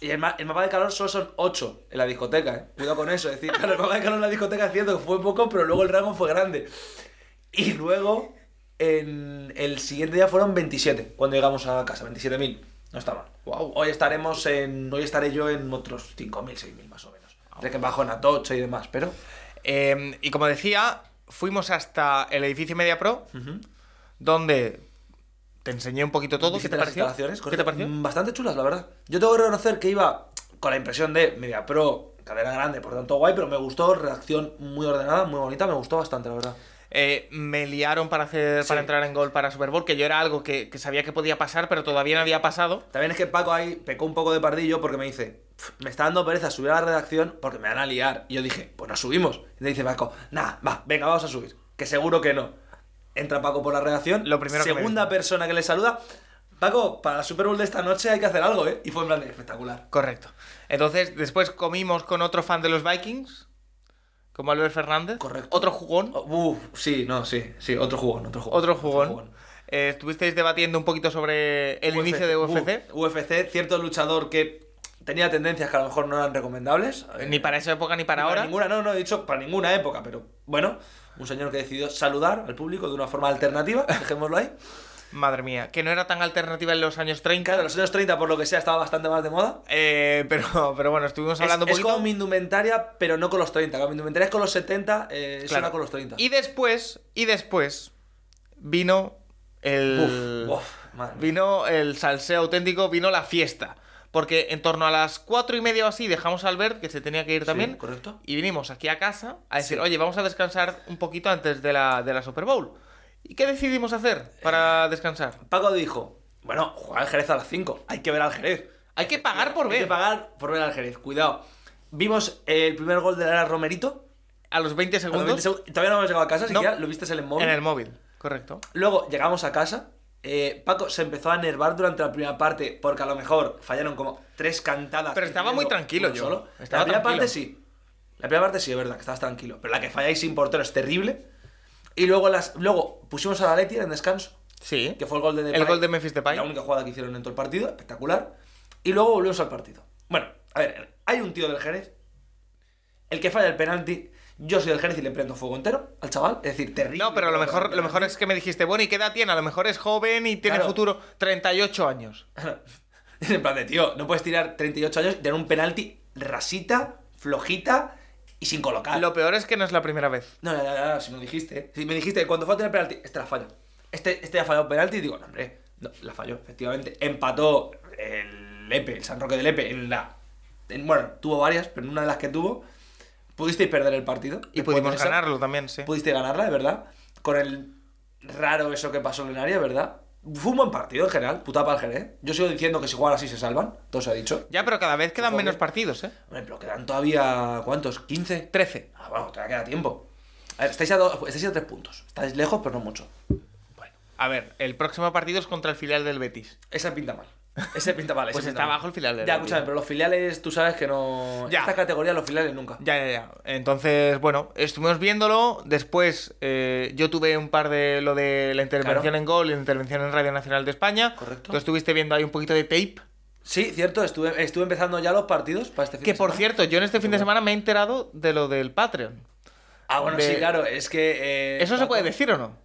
Speaker 4: y el, ma- el mapa de calor solo son 8 en la discoteca, ¿eh? Cuidado con eso. Es decir, claro, el mapa de calor en la discoteca es cierto que fue poco, pero luego el rango fue grande. Y luego, en el siguiente día fueron 27, cuando llegamos a casa, 27.000. No está mal.
Speaker 3: Guau.
Speaker 4: Hoy estaremos en. Hoy estaré yo en otros 5.000, 6.000 más o menos. Entre que bajo en Atocha y demás, pero.
Speaker 3: Eh, y como decía, fuimos hasta el edificio Media Pro, donde te enseñé un poquito todo. ¿Qué
Speaker 4: Visité
Speaker 3: te
Speaker 4: las
Speaker 3: pareció?
Speaker 4: instalaciones,
Speaker 3: ¿Qué te
Speaker 4: correcto.
Speaker 3: pareció?
Speaker 4: Mm, Bastante chulas, la verdad. Yo tengo que reconocer que iba con la impresión de Media Pro, cadena grande, por tanto guay, pero me gustó, redacción muy ordenada, muy bonita, me gustó bastante, la verdad.
Speaker 3: Eh, me liaron para hacer para
Speaker 4: Sí.
Speaker 3: entrar en gol para Super Bowl, que yo era algo que, que sabía que podía pasar, pero todavía no había pasado.
Speaker 4: También es que Paco ahí pecó un poco de pardillo porque me dice, "Pf, me está dando pereza subir a la redacción porque me van a liar. Y yo dije, pues nos subimos. Y te dice Paco, nada, va, venga, vamos a subir. que seguro que no. Entra Paco por la redacción.
Speaker 3: Lo primero que me
Speaker 4: Segunda
Speaker 3: dijo.
Speaker 4: persona que le saluda. Paco, para la Super Bowl de esta noche hay que hacer algo, ¿eh? Y fue en plan de, espectacular.
Speaker 3: Correcto. Entonces, después comimos con otro fan de los Vikings, como Albert Fernández.
Speaker 4: Correcto.
Speaker 3: Otro jugón.
Speaker 4: Uf, Uh, sí, no, sí, sí, otro jugón, otro jugón.
Speaker 3: Otro jugón. Eh, estuvisteis debatiendo un poquito sobre el
Speaker 4: UFC,
Speaker 3: inicio de UFC.
Speaker 4: u- UFC, cierto luchador que tenía tendencias que a lo mejor no eran recomendables. eh,
Speaker 3: Ni para esa época ni para ahora.
Speaker 4: ninguna, no, no, he dicho para ninguna época, pero bueno, un señor que decidió saludar al público de una forma alternativa, dejémoslo ahí.
Speaker 3: Madre mía, que no era tan alternativa en los años 30.
Speaker 4: Claro, en los años 30, por lo que sea, estaba bastante más de moda.
Speaker 3: Eh, pero, pero bueno, estuvimos hablando
Speaker 4: es,
Speaker 3: un
Speaker 4: es
Speaker 3: poquito.
Speaker 4: con indumentaria, pero no con los 30. Con indumentaria es con los 70, eh, eso
Speaker 3: Claro.
Speaker 4: era con los 30.
Speaker 3: Y después, y después, vino el.
Speaker 4: Uf, uf, madre mía.
Speaker 3: vino el salseo auténtico, vino la fiesta. Porque en torno a las cuatro y media o así dejamos a Albert, que se tenía que ir también.
Speaker 4: correcto.
Speaker 3: Y vinimos aquí a casa a decir,
Speaker 4: Sí.
Speaker 3: oye, vamos a descansar un poquito antes de la, de la Super Bowl. ¿Y qué decidimos hacer
Speaker 4: Eh,
Speaker 3: para descansar?
Speaker 4: Paco dijo, bueno, jugar al Jerez a las 5, hay que ver al Jerez.
Speaker 3: Hay que pagar por
Speaker 4: Hay
Speaker 3: ver.
Speaker 4: que pagar por ver al Jerez, cuidado. Vimos el primer gol de la era Romerito.
Speaker 3: A los 20
Speaker 4: a los
Speaker 3: segundos
Speaker 4: 20 segundos. Todavía no hemos llegado a casa,
Speaker 3: No.
Speaker 4: así que ya lo viste en el móvil.
Speaker 3: en el móvil, correcto.
Speaker 4: Luego llegamos a casa. eh, Paco se empezó a enervar durante la primera parte porque a lo mejor fallaron como tres cantadas.
Speaker 3: Pero estaba muy tranquilo
Speaker 4: uno
Speaker 3: yo.
Speaker 4: solo.
Speaker 3: Estaba
Speaker 4: la primera
Speaker 3: tranquilo.
Speaker 4: parte sí. La primera parte sí, es verdad, que estabas tranquilo. Pero la que falláis sin portero es terrible. Y luego, las, luego pusimos a la Leti en descanso,
Speaker 3: Sí.
Speaker 4: que fue el gol de Depay.
Speaker 3: El gol de Memphis Depay.
Speaker 4: La única jugada que hicieron en todo el partido, espectacular. Y luego volvimos al partido. Bueno, a ver, hay un tío del Jerez, el que falla el penalti. Yo soy del Jerez y le prendo fuego entero al chaval. Es decir, terrible.
Speaker 3: No, pero lo mejor, lo
Speaker 4: Penalti.
Speaker 3: mejor es que me dijiste, bueno, ¿y qué edad tiene? A lo mejor es joven y tiene
Speaker 4: Claro.
Speaker 3: futuro. 38 años.
Speaker 4: En plan de, tío, no puedes tirar 38 años y tener un penalti rasita, flojita y sin colocar.
Speaker 3: Lo peor es que no es la primera vez.
Speaker 4: No, no, no, no, si me lo dijiste. ¿eh? Si me dijiste, cuando fue a tener penalti, este la falla. Este, este ha fallado penalti y digo, no, hombre, no, la falló, efectivamente. Empató el Lepe, el San Roque de Lepe, en la... en- bueno, tuvo varias, pero en una de las que tuvo, pudisteis perder el partido.
Speaker 3: Y
Speaker 4: Después de
Speaker 3: pudimos
Speaker 4: esa,
Speaker 3: ganarlo eh. también, sí.
Speaker 4: Pudiste ganarla, de verdad. Con el raro eso que pasó en el área, ¿verdad? Fue un buen partido en general, puta para el Jerez. Yo sigo diciendo que si juegan así se salvan, todo se ha dicho.
Speaker 3: Ya, pero cada vez quedan
Speaker 4: Joder.
Speaker 3: menos partidos, ¿eh?
Speaker 4: Hombre, pero quedan todavía, ¿cuántos? ¿15?
Speaker 3: 13.
Speaker 4: Ah, bueno, todavía queda tiempo. A ver, estáis a, dos- estáis a tres puntos. Estáis lejos, pero no mucho.
Speaker 3: A ver, el próximo partido es contra el filial del Betis.
Speaker 4: Ese pinta mal. Ese pinta mal. ese
Speaker 3: Pues
Speaker 4: pinta
Speaker 3: está
Speaker 4: mal.
Speaker 3: abajo el filial del
Speaker 4: Ya,
Speaker 3: Betis.
Speaker 4: escúchame, pero los filiales, tú sabes que no.
Speaker 3: Ya.
Speaker 4: Esta categoría, los filiales nunca.
Speaker 3: Ya, ya, ya. Entonces, bueno, estuvimos viéndolo. Después eh, yo tuve un par de lo de la intervención
Speaker 4: Claro.
Speaker 3: en Gol y la intervención en Radio Nacional de España.
Speaker 4: Correcto.
Speaker 3: Tú estuviste viendo ahí un poquito de tape.
Speaker 4: Sí, cierto, estuve, estuve empezando ya los partidos para este fin
Speaker 3: Que
Speaker 4: de
Speaker 3: por
Speaker 4: semana.
Speaker 3: cierto, yo en este fin de semana me he enterado de lo del Patreon.
Speaker 4: Ah, bueno, sí,
Speaker 3: de-
Speaker 4: claro, es que. eh,
Speaker 3: ¿Eso se
Speaker 4: Paco-
Speaker 3: puede decir o no?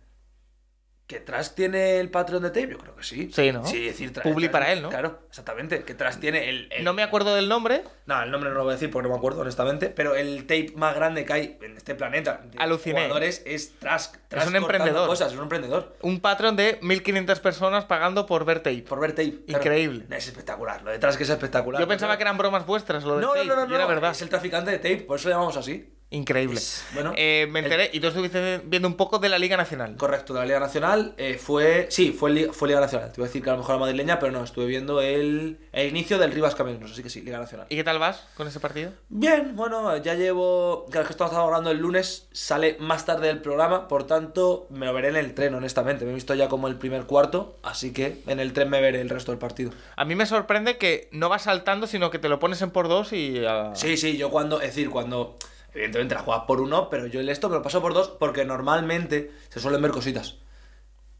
Speaker 4: ¿Que Trask tiene el Patreon de Tape? Yo creo que sí.
Speaker 3: Sí, ¿no?
Speaker 4: Sí, es decir, Trask-
Speaker 3: Publi
Speaker 4: Trask-
Speaker 3: para él, ¿no?
Speaker 4: Claro, exactamente. Que Trask tiene el. el-
Speaker 3: No me acuerdo del nombre.
Speaker 4: No, el nombre no lo voy a decir porque no me acuerdo, honestamente. Pero el tape más grande que hay en este planeta de
Speaker 3: Aluciné.
Speaker 4: jugadores es Trask. Trask
Speaker 3: un
Speaker 4: cortando
Speaker 3: emprendedor.
Speaker 4: Cosas, es un emprendedor.
Speaker 3: Un Patreon de 1500 personas pagando por ver tape.
Speaker 4: Por ver tape. claro.
Speaker 3: Increíble.
Speaker 4: Es espectacular. Lo de Trask es espectacular.
Speaker 3: Yo pensaba que eran bromas vuestras lo de
Speaker 4: No, no,
Speaker 3: tape.
Speaker 4: no, no,
Speaker 3: y era
Speaker 4: no,
Speaker 3: verdad.
Speaker 4: Es el traficante de tape, por eso le llamamos así.
Speaker 3: Increíble.
Speaker 4: Es- bueno,
Speaker 3: Eh, me
Speaker 4: el-
Speaker 3: enteré y tú estuviste viendo un poco de la Liga Nacional.
Speaker 4: Correcto, de la Liga Nacional eh, fue. Sí, fue, Li- fue Liga Nacional. Te iba a decir que a lo mejor la madrileña, pero no, estuve viendo el, el inicio del Rivas Caminos, así que sí, Liga Nacional.
Speaker 3: ¿Y qué tal vas con ese partido?
Speaker 4: Bien, bueno, ya llevo. Claro, es que estamos hablando el lunes, sale más tarde el programa, por tanto, me lo veré en el tren, honestamente. Me he visto ya como el primer cuarto, así que en el tren me veré el resto del partido.
Speaker 3: A mí me sorprende que no vas saltando, sino que te lo pones en por dos y. ah,
Speaker 4: Sí, sí, yo cuando, es decir, cuando, evidentemente la juegas por uno, pero yo el esto me lo paso por dos porque normalmente se suelen ver cositas.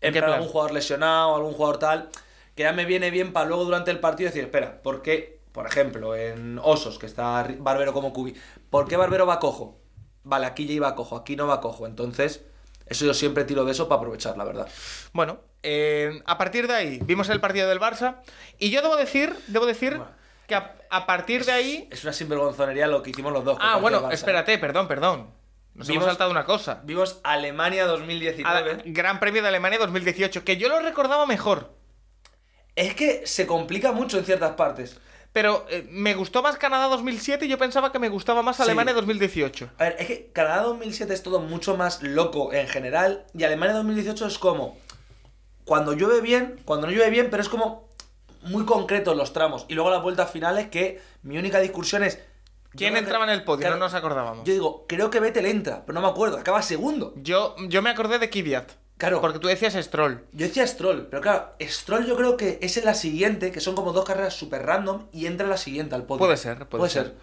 Speaker 4: En
Speaker 3: ¿Qué
Speaker 4: plan,
Speaker 3: plan?
Speaker 4: algún jugador lesionado, algún jugador tal, que ya me viene bien para luego durante el partido decir, espera, ¿por qué, por ejemplo, en Osos, que está Ri- Barbero como Cubi, ¿por qué Barbero va cojo? Vale, aquí ya iba cojo, aquí no va cojo, entonces... Eso yo siempre tiro de eso para aprovechar, la verdad.
Speaker 3: Bueno, eh, a partir de ahí vimos el partido del Barça. Y yo debo decir, debo decir
Speaker 4: Bueno.
Speaker 3: que a, a partir de ahí.
Speaker 4: Es una sinvergonzonería lo que hicimos los dos. con
Speaker 3: Ah,
Speaker 4: parte del
Speaker 3: bueno,
Speaker 4: Barça.
Speaker 3: espérate, perdón, perdón. Nos
Speaker 4: Vimos-
Speaker 3: hemos saltado una cosa.
Speaker 4: Vimos Alemania
Speaker 3: A-
Speaker 4: 2019.
Speaker 3: Gran Premio de Alemania 2018, que yo lo recordaba mejor.
Speaker 4: Es que se complica mucho en ciertas partes.
Speaker 3: Pero eh, me gustó más Canadá 2007 y yo pensaba que me gustaba más
Speaker 4: Sí.
Speaker 3: Alemania 2018.
Speaker 4: A ver, es que Canadá 2007 es todo mucho más loco en general y Alemania 2018 es como cuando llueve bien, cuando no llueve bien, pero es como muy concretos los tramos. Y luego las vueltas finales que mi única discusión es
Speaker 3: ¿Quién
Speaker 4: creo
Speaker 3: entraba
Speaker 4: que-
Speaker 3: en el podio?
Speaker 4: claro,
Speaker 3: no nos acordábamos.
Speaker 4: Yo digo, creo que Vettel entra, pero no me acuerdo, acaba segundo.
Speaker 3: Yo, yo me acordé de Kvyat.
Speaker 4: Claro.
Speaker 3: Porque tú decías Stroll.
Speaker 4: Yo decía Stroll, pero claro, Stroll yo creo que es en la siguiente, que son como dos carreras super random, y entra la siguiente al podio.
Speaker 3: Puede ser, puede, ser.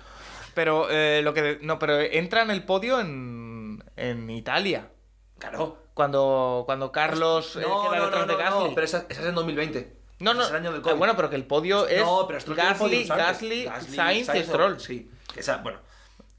Speaker 3: Pero eh, lo que de- no, pero entra en el podio en, en Italia.
Speaker 4: Claro.
Speaker 3: Cuando, cuando Carlos eh,
Speaker 4: No,
Speaker 3: queda
Speaker 4: no,
Speaker 3: detrás
Speaker 4: no,
Speaker 3: de
Speaker 4: no,
Speaker 3: Gasly.
Speaker 4: no, pero esa, esa es en 2020.
Speaker 3: no, no.
Speaker 4: Es el año del
Speaker 3: ah,
Speaker 4: COVID.
Speaker 3: bueno, pero que el podio es
Speaker 4: no, pero Stroll tiene
Speaker 3: Gasly,
Speaker 4: podiums antes.
Speaker 3: Gasly, Sainz, y
Speaker 4: o-
Speaker 3: Stroll.
Speaker 4: Sí, esa, bueno.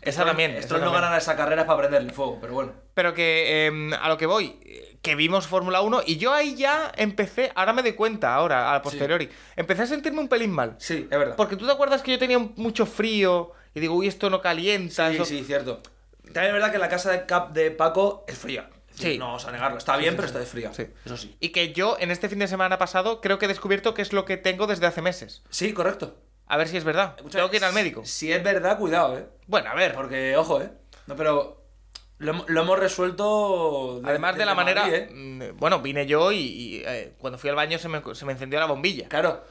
Speaker 3: Esa también. esa
Speaker 4: Stroll no
Speaker 3: también.
Speaker 4: ganará esa carrera es para prenderle fuego, pero bueno.
Speaker 3: Pero que eh, a lo que voy, eh, que vimos Fórmula 1 y yo ahí ya empecé, ahora me doy cuenta, ahora, a posteriori, empecé a sentirme un pelín mal.
Speaker 4: Sí, es verdad.
Speaker 3: Porque tú te acuerdas que yo tenía un- mucho frío y digo, uy, esto no calienta.
Speaker 4: Sí,
Speaker 3: eso-
Speaker 4: sí, cierto. También es verdad que la casa de Cap de Paco es fría. Es decir,
Speaker 3: Sí.
Speaker 4: No vamos a negarlo. Está bien, pero está de fría.
Speaker 3: Sí.
Speaker 4: Eso sí.
Speaker 3: Y que yo en este fin de semana pasado creo que he descubierto que es lo que tengo desde hace meses.
Speaker 4: Sí, correcto.
Speaker 3: A ver si es verdad.
Speaker 4: Escucha,
Speaker 3: tengo que ir al
Speaker 4: si-
Speaker 3: médico.
Speaker 4: Si es verdad, cuidado, ¿eh?
Speaker 3: Bueno, a ver.
Speaker 4: Porque, ojo, ¿eh? No, pero lo, hem- lo hemos resuelto... de-
Speaker 3: Además de
Speaker 4: desde
Speaker 3: la manera...
Speaker 4: Madrid, ¿eh?
Speaker 3: mm, Bueno, vine yo y, y, eh, cuando fui al baño se me, se me encendió la bombilla.
Speaker 4: Claro.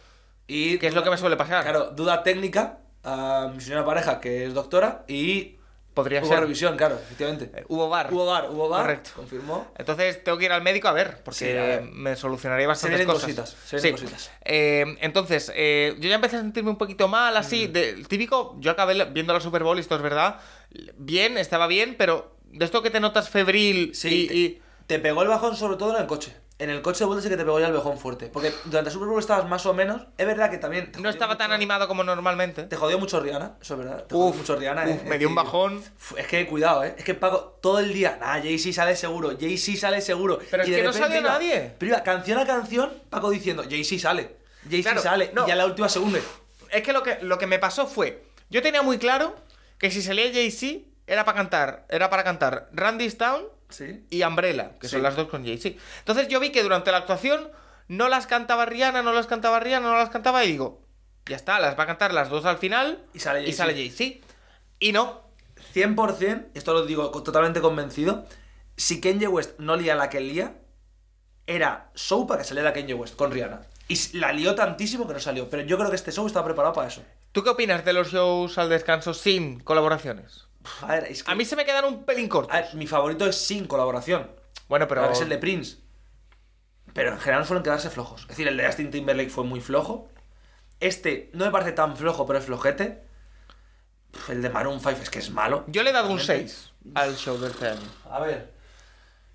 Speaker 4: Y
Speaker 3: Que es lo que me suele pasar.
Speaker 4: Claro, duda técnica a mi señora pareja, que es doctora, y
Speaker 3: Podría
Speaker 4: hubo
Speaker 3: ser.
Speaker 4: revisión, claro, efectivamente.
Speaker 3: Eh, Hubo bar.
Speaker 4: Hubo bar, hubo bar.
Speaker 3: Correcto.
Speaker 4: Confirmó.
Speaker 3: Entonces tengo que ir al médico a ver, porque
Speaker 4: Sí, a ver.
Speaker 3: me solucionaría bastantes
Speaker 4: Se vienen
Speaker 3: cosas.
Speaker 4: cositas, se vienen cositas.
Speaker 3: Eh, entonces, eh, yo ya empecé a sentirme un poquito mal, así,
Speaker 4: Mm.
Speaker 3: de- típico, yo acabé la- viendo la Super Bowl, y esto es verdad, bien, estaba bien, pero de esto que te notas febril
Speaker 4: Sí,
Speaker 3: y...
Speaker 4: te-
Speaker 3: y-
Speaker 4: te, pegó el bajón sobre todo en el coche. En el coche de vuelta sí que te pegó ya el bajón fuerte. Porque durante el Super Bowl estabas más o menos. Es verdad que también. te
Speaker 3: no
Speaker 4: jodió
Speaker 3: estaba tan
Speaker 4: mucho-
Speaker 3: animado como normalmente.
Speaker 4: Te jodió mucho Rihanna, eso es verdad. Te jodió
Speaker 3: Uf,
Speaker 4: mucho Rihanna.
Speaker 3: uf,
Speaker 4: eh.
Speaker 3: me
Speaker 4: Es
Speaker 3: dio un
Speaker 4: decir,
Speaker 3: bajón.
Speaker 4: f- Es que cuidado, ¿eh? Es que Paco todo el día. Nah, Jay-Z sale seguro, Jay-Z sale seguro.
Speaker 3: Pero es
Speaker 4: de
Speaker 3: que no
Speaker 4: repente
Speaker 3: salió
Speaker 4: iba-
Speaker 3: nadie.
Speaker 4: Pero iba canción a canción, Paco diciendo, Jay-Z sale. Jay-Z
Speaker 3: Claro,
Speaker 4: sale.
Speaker 3: no.
Speaker 4: Y a la última se hunde.
Speaker 3: Es que lo que, lo que me pasó fue, yo tenía muy claro que si salía Jay-Z era para cantar, era para cantar Randy's Town
Speaker 4: Sí.
Speaker 3: y Umbrella, que son
Speaker 4: Sí.
Speaker 3: las dos con Jay-Z. Entonces yo vi que durante la actuación no las cantaba Rihanna, no las cantaba Rihanna, no las cantaba y digo, ya está, las va a cantar las dos al final
Speaker 4: Y sale
Speaker 3: y
Speaker 4: Jay-Z.
Speaker 3: sale Jay-Z. Y no,
Speaker 4: 100%, esto lo digo con- totalmente convencido, si Kanye West no lía la que lía, era show para que saliera Kanye West con Rihanna. Y s- la lió tantísimo que no salió. Pero yo creo que este show estaba preparado para eso.
Speaker 3: ¿tú qué opinas de los shows al descanso sin colaboraciones?
Speaker 4: Pf, A ver, es que-
Speaker 3: A mí se me quedan un pelín
Speaker 4: a
Speaker 3: cortos.
Speaker 4: ver, mi favorito es sin colaboración.
Speaker 3: Bueno, pero...
Speaker 4: Ahora Ah, Es el de Prince. Pero en general suelen quedarse flojos. Es decir, el de Justin Timberlake fue muy flojo. Este no me parece tan flojo, pero es flojete. Pf, El de Maroon 5 es que es malo.
Speaker 3: Yo le he dado un
Speaker 4: Realmente.
Speaker 3: 6 al show de este año.
Speaker 4: A ver.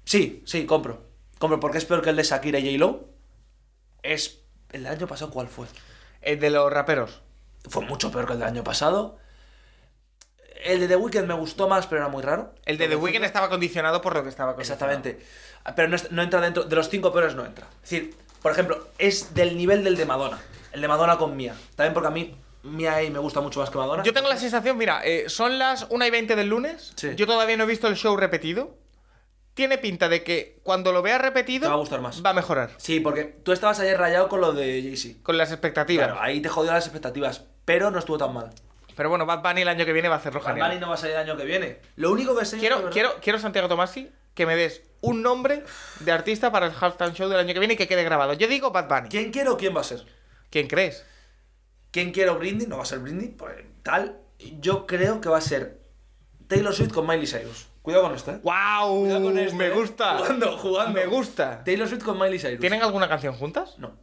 Speaker 4: Sí, sí, compro. Compro porque es peor que el de Shakira y J-Lo. Es. ¿El del año pasado cuál fue?
Speaker 3: El de los raperos.
Speaker 4: Fue mucho peor que el del año pasado. El de The Weeknd me gustó más, pero era muy raro.
Speaker 3: El de The Weeknd estaba condicionado por lo que estaba condicionado.
Speaker 4: Exactamente. Pero no, es- no entra dentro. De los cinco peores no entra. Es decir, por ejemplo, es del nivel del de Madonna. El de Madonna con Mia. También porque a mí Mia ahí me gusta mucho más que Madonna.
Speaker 3: Yo tengo la sensación, mira, eh, son las 1 y 20 del lunes.
Speaker 4: Sí.
Speaker 3: Yo todavía no he visto el show repetido. Tiene pinta de que cuando lo vea repetido.
Speaker 4: Te va a gustar más.
Speaker 3: Va a mejorar.
Speaker 4: Sí, porque tú estabas ayer rayado con lo de Jay-Z.
Speaker 3: Con las expectativas.
Speaker 4: Claro, ahí te jodió las expectativas. Pero no estuvo tan mal.
Speaker 3: Pero bueno, Bad Bunny el año que viene va a hacerlo
Speaker 4: Bad
Speaker 3: genial.
Speaker 4: Bunny no va a salir el año que viene. Lo único que sé
Speaker 3: Quiero,
Speaker 4: de verdad-
Speaker 3: quiero, quiero, Santiago Tomasi, que me des un nombre de artista para el halftime show del año que viene y que quede grabado. Yo digo Bad Bunny.
Speaker 4: ¿Quién quiero o quién va a ser?
Speaker 3: ¿Quién crees?
Speaker 4: ¿Quién quiero Brindy? No va a ser Brindy. Pues tal. Yo creo que va a ser Taylor Swift con Miley Cyrus. Cuidado con esto, ¿eh?
Speaker 3: ¡Wow!
Speaker 4: Cuidado con esto,
Speaker 3: Uh, me
Speaker 4: ¿eh?
Speaker 3: gusta.
Speaker 4: Jugando, jugando.
Speaker 3: Me gusta.
Speaker 4: Taylor Swift con Miley Cyrus.
Speaker 3: ¿Tienen alguna canción juntas?
Speaker 4: No.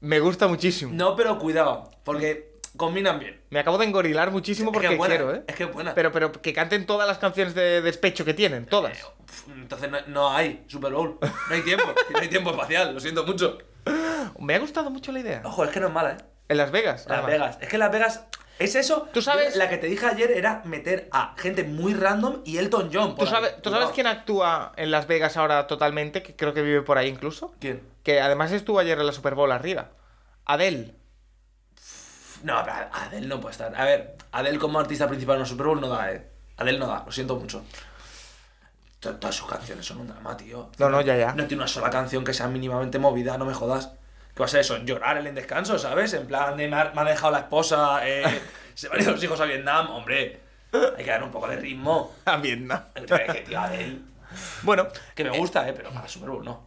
Speaker 3: Me gusta muchísimo.
Speaker 4: No, pero cuidado. Porque combinan bien.
Speaker 3: Me acabo de engorilar muchísimo porque
Speaker 4: es que es buena,
Speaker 3: quiero, ¿eh?
Speaker 4: Es que es buena.
Speaker 3: Pero, pero que canten todas las canciones de despecho que tienen, todas.
Speaker 4: Pff, Entonces no, no hay Super Bowl. No hay tiempo. no hay tiempo espacial. Lo siento mucho.
Speaker 3: Ah, Me ha gustado mucho la idea.
Speaker 4: Ojo, es que no es mala, ¿eh?
Speaker 3: En Las Vegas. Ah,
Speaker 4: Las
Speaker 3: además.
Speaker 4: Vegas. Es que Las Vegas. Es eso.
Speaker 3: Tú sabes-
Speaker 4: La que te dije ayer era meter a gente muy random y Elton John. por
Speaker 3: ¿Tú
Speaker 4: ahí.
Speaker 3: sabes, ¿Tú sabes
Speaker 4: Cuidado.
Speaker 3: quién actúa en Las Vegas ahora totalmente? Que creo que vive por ahí incluso.
Speaker 4: ¿Quién?
Speaker 3: Que además estuvo ayer en la Super Bowl arriba. Adele.
Speaker 4: No, pero Adel no puede estar. A ver, Adel como artista principal en el Super Bowl no da, eh. Adel no da, lo siento mucho. To- Todas sus canciones son un drama, tío.
Speaker 3: No, no, ya, ya.
Speaker 4: No tiene una sola canción que sea mínimamente movida, no me jodas. ¿Qué va a ser eso? Llorar en el descanso, ¿sabes? En plan, de, me, ha, me ha dejado la esposa, eh, se van a ir los hijos a Vietnam, hombre. Hay que dar un poco de ritmo.
Speaker 3: A Vietnam.
Speaker 4: Es que, tío, Adel.
Speaker 3: Bueno,
Speaker 4: Que me gusta, eh, pero para el Super Bowl no.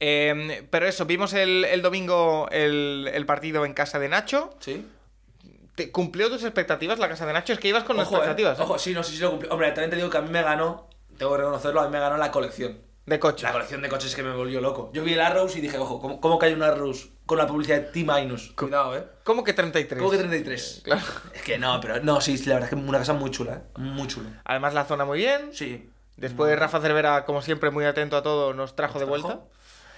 Speaker 3: eh, pero eso, vimos el, el domingo el, el partido en casa de Nacho.
Speaker 4: ¿Sí?
Speaker 3: ¿Te ¿Cumplió tus expectativas la casa de Nacho? Es que ibas con las
Speaker 4: Ojo, eh.
Speaker 3: expectativas. ¿eh?
Speaker 4: Ojo, sí, no sé si lo cumplí. Hombre, también te digo que a mí me ganó, tengo que reconocerlo, a mí me ganó la colección.
Speaker 3: De coche.
Speaker 4: La colección de coches que me volvió loco. Yo vi el Arrows y dije, ojo, ¿cómo, cómo cae un Arrows con la publicidad de T-? Cuidado, eh.
Speaker 3: ¿Cómo que 33?
Speaker 4: ¿Cómo que 33?
Speaker 3: Eh, Claro.
Speaker 4: Es que no, pero no, sí, la verdad es que es una casa muy chula, eh. Muy chula.
Speaker 3: Además, la zona muy bien.
Speaker 4: Sí.
Speaker 3: Después Rafa Cervera, como siempre, muy atento a todo, nos trajo de
Speaker 4: trajo.
Speaker 3: vuelta.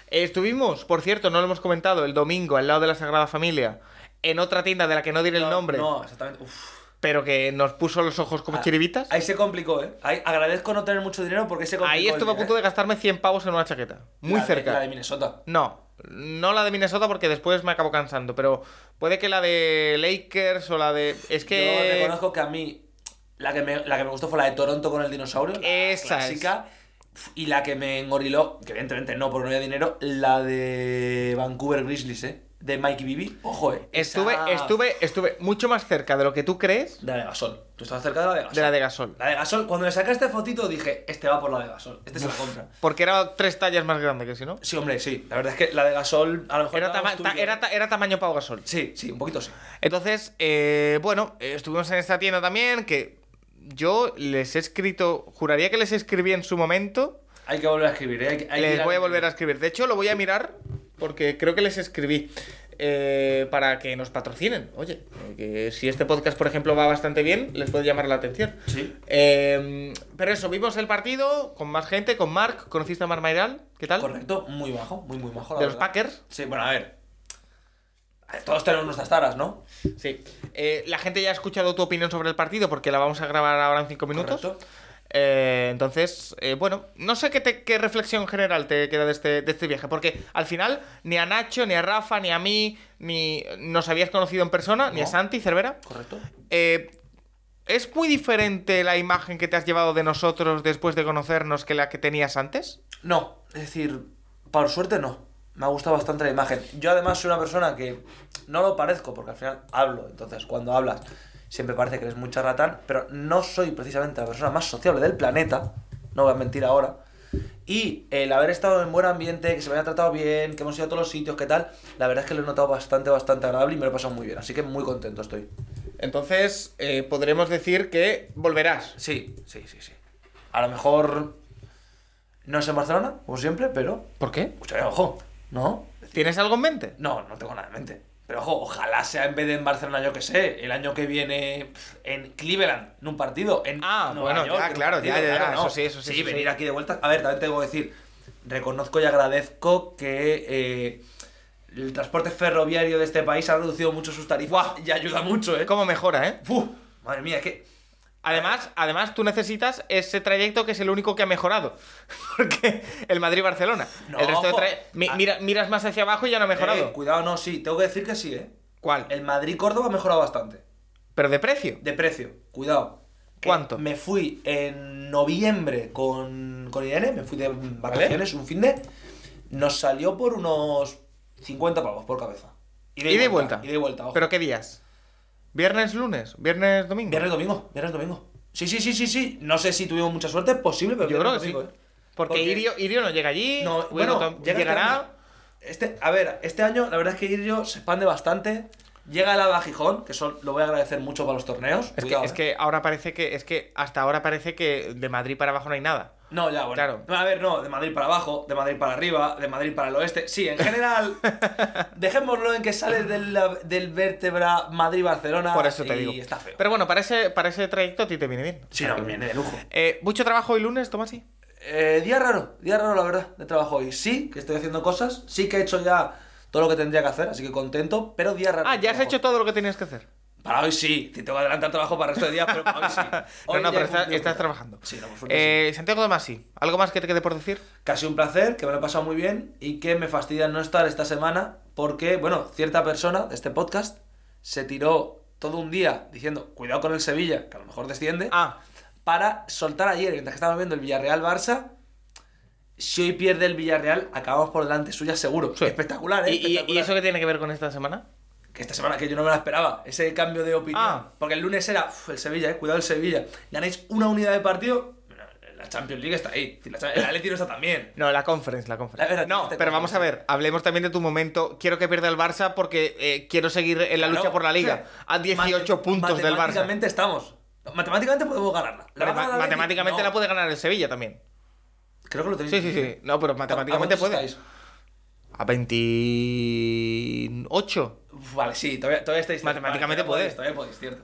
Speaker 3: Eh, Estuvimos, por cierto, no lo hemos comentado, el domingo al lado de la Sagrada Familia, en otra tienda de la que no diré el nombre,
Speaker 4: No, exactamente. Uf.
Speaker 3: pero que nos puso los ojos como
Speaker 4: Ah,
Speaker 3: chiribitas.
Speaker 4: Ahí se complicó, ¿eh? Ahí- agradezco no tener mucho dinero porque se complicó.
Speaker 3: Ahí
Speaker 4: el
Speaker 3: estuve a
Speaker 4: día,
Speaker 3: punto
Speaker 4: ¿eh?
Speaker 3: de gastarme 100 pavos en una chaqueta. Muy
Speaker 4: La de-
Speaker 3: cerca.
Speaker 4: la de Minnesota.
Speaker 3: No, no la de Minnesota porque después me acabo cansando, pero puede que la de Lakers o la de... Es
Speaker 4: Yo
Speaker 3: que...
Speaker 4: reconozco que a mí la que, me, la que me gustó fue la de Toronto con el dinosaurio. la
Speaker 3: Esa es.
Speaker 4: clásica. Y la que me engoriló, que evidentemente no, porque no había dinero, la de Vancouver Grizzlies, ¿eh? De Mikey Bibi. Ojo, ¿eh?
Speaker 3: Estuve,
Speaker 4: Esa-
Speaker 3: estuve, estuve mucho más cerca de lo que tú crees
Speaker 4: De la de Gasol. Tú estabas cerca de la de Gasol.
Speaker 3: de la de Gasol.
Speaker 4: La de Gasol, cuando le sacaste fotito dije, este va por la de Gasol, este se la compra.
Speaker 3: Porque era tres tallas más grande que si no.
Speaker 4: Sí, hombre, sí. La verdad es que la de Gasol a lo mejor...
Speaker 3: Era,
Speaker 4: la
Speaker 3: tama-
Speaker 4: tuya.
Speaker 3: ta- era, ta- era tamaño Pau Gasol.
Speaker 4: Sí, sí, un poquito sí.
Speaker 3: Entonces, eh, bueno, eh, estuvimos en esta tienda también que yo les he escrito, juraría que les escribí en su momento,
Speaker 4: Hay que volver a escribir, ¿eh? Hay que- hay que ir
Speaker 3: les voy a volver a
Speaker 4: escribir.
Speaker 3: escribir. De hecho, lo voy a mirar porque creo que les escribí eh, para que nos patrocinen. Oye, eh, que si este podcast, por ejemplo, va bastante bien, les puede llamar la atención.
Speaker 4: Sí.
Speaker 3: Eh, pero eso, vimos el partido con más gente, con Mark, conociste a Mark Mayral, ¿qué tal?
Speaker 4: Correcto, muy bajo, muy, muy bajo. la
Speaker 3: De los
Speaker 4: verdad.
Speaker 3: Packers.
Speaker 4: Sí, bueno, a ver. A ver, Todos tenemos nuestras taras, ¿no?
Speaker 3: Sí. Eh, la gente ya ha escuchado tu opinión sobre el partido porque la vamos a grabar ahora en cinco minutos.
Speaker 4: Correcto.
Speaker 3: Eh, entonces, eh, bueno, no sé qué, te- qué reflexión general te queda de este, de este viaje, porque al final ni a Nacho, ni a Rafa, ni a mí, ni nos habías conocido en persona, ni a
Speaker 4: No.
Speaker 3: Santi Cervera.
Speaker 4: Correcto.
Speaker 3: Eh, ¿Es muy diferente la imagen que te has llevado de nosotros después de conocernos que la que tenías antes?
Speaker 4: No, es decir, por suerte no. Me ha gustado bastante la imagen. Yo además soy una persona que no lo parezco, porque al final hablo. Entonces, cuando hablas, siempre parece que eres muy charlatán, pero no soy precisamente la persona más sociable del planeta. No voy a mentir ahora. Y el haber estado en buen ambiente, que se me haya tratado bien, que hemos ido a todos los sitios, que tal, la verdad es que lo he notado bastante, bastante agradable y me lo he pasado muy bien. Así que muy contento estoy.
Speaker 3: Entonces, eh, podremos decir que volverás.
Speaker 4: Sí, sí, sí, sí. A lo mejor no es en Barcelona, como siempre, pero.
Speaker 3: ¿Por qué?
Speaker 4: Escucha, ojo, ¿no?
Speaker 3: ¿Tienes algo en mente?
Speaker 4: No, no tengo nada en mente. Pero ojo, ojalá sea en vez de en Barcelona, yo que sé, el año que viene pf, en Cleveland, en un partido. En
Speaker 3: Ah,
Speaker 4: Nueva
Speaker 3: bueno,
Speaker 4: York,
Speaker 3: ya,
Speaker 4: en un
Speaker 3: claro, ya, ya, ya,
Speaker 4: ¿no?
Speaker 3: eso sí, eso sí, eso sí.
Speaker 4: venir aquí de vuelta. A ver, también tengo que decir, reconozco y agradezco que eh, el transporte ferroviario de este país ha reducido mucho sus tarifas y ayuda mucho, ¿eh?
Speaker 3: ¿Cómo mejora, eh?
Speaker 4: Uf, madre mía, es que.
Speaker 3: Además, además, tú necesitas ese trayecto que es el único que ha mejorado. Porque el Madrid-Barcelona.
Speaker 4: No,
Speaker 3: el resto de
Speaker 4: ojo.
Speaker 3: tra- mi-
Speaker 4: Ah.
Speaker 3: mira, miras más hacia abajo y ya no ha mejorado.
Speaker 4: Eh, cuidado, no, sí, tengo que decir que sí, ¿eh?
Speaker 3: ¿Cuál?
Speaker 4: El Madrid-Córdoba ha mejorado bastante.
Speaker 3: Pero de precio.
Speaker 4: De precio, cuidado. Que
Speaker 3: ¿Cuánto?
Speaker 4: Me fui en noviembre con, con Irene, me fui de vacaciones, un fin de. Nos salió por unos 50 pavos por cabeza.
Speaker 3: Ida y vuelta.
Speaker 4: Ida y vuelta, ojo.
Speaker 3: ¿Pero qué días? ¿Viernes, lunes? ¿Viernes, domingo?
Speaker 4: Viernes, domingo, viernes, domingo. Sí, sí, sí, sí, sí. No sé si tuvimos mucha suerte, es posible, pero
Speaker 3: Yo creo que
Speaker 4: viernes,
Speaker 3: sí.
Speaker 4: domingo, ¿eh?
Speaker 3: Porque, Irio, Irio no llega allí.
Speaker 4: No,
Speaker 3: bueno,
Speaker 4: bueno,
Speaker 3: tam-
Speaker 4: llega
Speaker 3: llegará.
Speaker 4: Este, año. Este- a ver, este año la verdad es que Irio se expande bastante. Llega el Ava Gijón, que eso lo voy a agradecer mucho para los torneos.
Speaker 3: Es que,
Speaker 4: cuidado,
Speaker 3: es
Speaker 4: ¿eh?
Speaker 3: que ahora parece que. Es que hasta ahora parece que de Madrid para abajo no hay nada.
Speaker 4: No, ya, bueno.
Speaker 3: Claro.
Speaker 4: No, A ver, no, de Madrid para abajo, de Madrid para arriba, de Madrid para el oeste. Sí, en general, dejémoslo en que sale del, del vértebra Madrid-Barcelona.
Speaker 3: Por eso te
Speaker 4: y
Speaker 3: digo.
Speaker 4: Ah, está feo.
Speaker 3: Pero bueno, para ese, para ese trayecto a ti te viene bien.
Speaker 4: sí, no, viene de lujo.
Speaker 3: Eh, ¿Mucho trabajo hoy lunes, Tomasi?
Speaker 4: Eh, día raro, día raro, la verdad, de trabajo hoy. Sí, que estoy haciendo cosas, sí que he hecho ya todo lo que tendría que hacer, así que contento, pero día raro.
Speaker 3: Ah,
Speaker 4: de
Speaker 3: ya has
Speaker 4: trabajo.
Speaker 3: hecho todo lo que tenías que hacer.
Speaker 4: Para hoy sí, te tengo que adelantar trabajo para el resto de días, pero para hoy sí.
Speaker 3: No,
Speaker 4: Hoy
Speaker 3: no,
Speaker 4: ya
Speaker 3: pero
Speaker 4: he
Speaker 3: estás,
Speaker 4: cumplido.
Speaker 3: estás trabajando.
Speaker 4: Sí, no, por suerte sí.
Speaker 3: eh, Santiago de Masi, ¿algo más que te quede por decir?
Speaker 4: casi un placer, que me lo he pasado muy bien y que me fastidia no estar esta semana porque, bueno, cierta persona de este podcast se tiró todo un día diciendo, cuidado con el Sevilla, que a lo mejor desciende,
Speaker 3: Ah,
Speaker 4: para soltar ayer, mientras que estábamos viendo el Villarreal-Barça, si hoy pierde el Villarreal, acabamos por delante suya seguro.
Speaker 3: Sí.
Speaker 4: Espectacular, ¿eh?
Speaker 3: Ah, ¿y- ¿y, y
Speaker 4: Espectacular.
Speaker 3: eso qué tiene que ver con esta semana?
Speaker 4: Que esta semana que yo no me la esperaba, ese cambio de opinión.
Speaker 3: Ah.
Speaker 4: Porque el lunes era, "Uf, el Sevilla, eh, cuidado el Sevilla. Ganáis una unidad de partido, la la Champions League está ahí. La Cha- El Atleti no está tan bien.
Speaker 3: No, la conference, la conference.
Speaker 4: La verdad,
Speaker 3: no,
Speaker 4: te-
Speaker 3: pero vamos a ver, hablemos también de tu momento. Quiero que pierda el Barça porque eh, quiero seguir en la lucha
Speaker 4: Claro,
Speaker 3: por la liga.
Speaker 4: o sea,
Speaker 3: A 18
Speaker 4: mate-
Speaker 3: puntos del Barça.
Speaker 4: Matemáticamente estamos. Matemáticamente podemos ganarla. ¿La
Speaker 3: Pero ma-
Speaker 4: va a ganar el Atleti?
Speaker 3: matemáticamente
Speaker 4: No.
Speaker 3: la puede ganar el Sevilla también.
Speaker 4: Creo que lo tenéis.
Speaker 3: Sí, sí, sí. No, pero
Speaker 4: ¿A- a
Speaker 3: matemáticamente
Speaker 4: cuántos
Speaker 3: puede.
Speaker 4: estáis?
Speaker 3: A 28.
Speaker 4: Uf, Vale, sí, todavía, todavía estáis.
Speaker 3: Matemáticamente
Speaker 4: Vale, Todavía podéis, todavía podéis, cierto.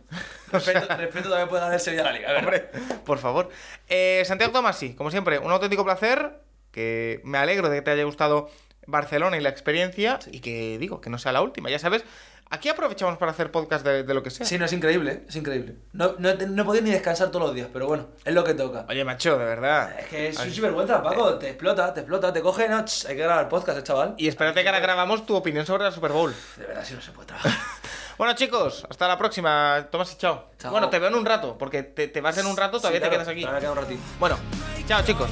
Speaker 4: Respeto, respeto, todavía puede hacer Sevilla la liga. a ver.
Speaker 3: Hombre, por favor. Eh, Santiago Tomás, sí, como siempre, un auténtico placer. Que me alegro de que te haya gustado Barcelona y la experiencia. Y que digo, que no sea la última. Ya sabes, aquí aprovechamos para hacer podcast de, de lo que sea.
Speaker 4: Sí, no, es increíble, ¿eh? es increíble. No, no, no he podido ni descansar todos los días, pero bueno, es lo que toca.
Speaker 3: Oye, macho, de verdad.
Speaker 4: Es que es
Speaker 3: Ay.
Speaker 4: un sinvergüenza, Paco. Te explota, te explota, te coge. No, ch, hay que grabar podcast, eh, chaval.
Speaker 3: Y espérate que ahora grabamos tu opinión sobre la Super Bowl.
Speaker 4: De verdad, si no se puede trabajar.
Speaker 3: Bueno, chicos, hasta la próxima. Tomás y chao.
Speaker 4: Chao.
Speaker 3: Bueno, te veo en un rato, porque te, te vas en un rato, todavía
Speaker 4: Sí,
Speaker 3: te
Speaker 4: claro,
Speaker 3: quedas aquí.
Speaker 4: Todavía queda un ratito.
Speaker 3: Bueno, chao, chicos.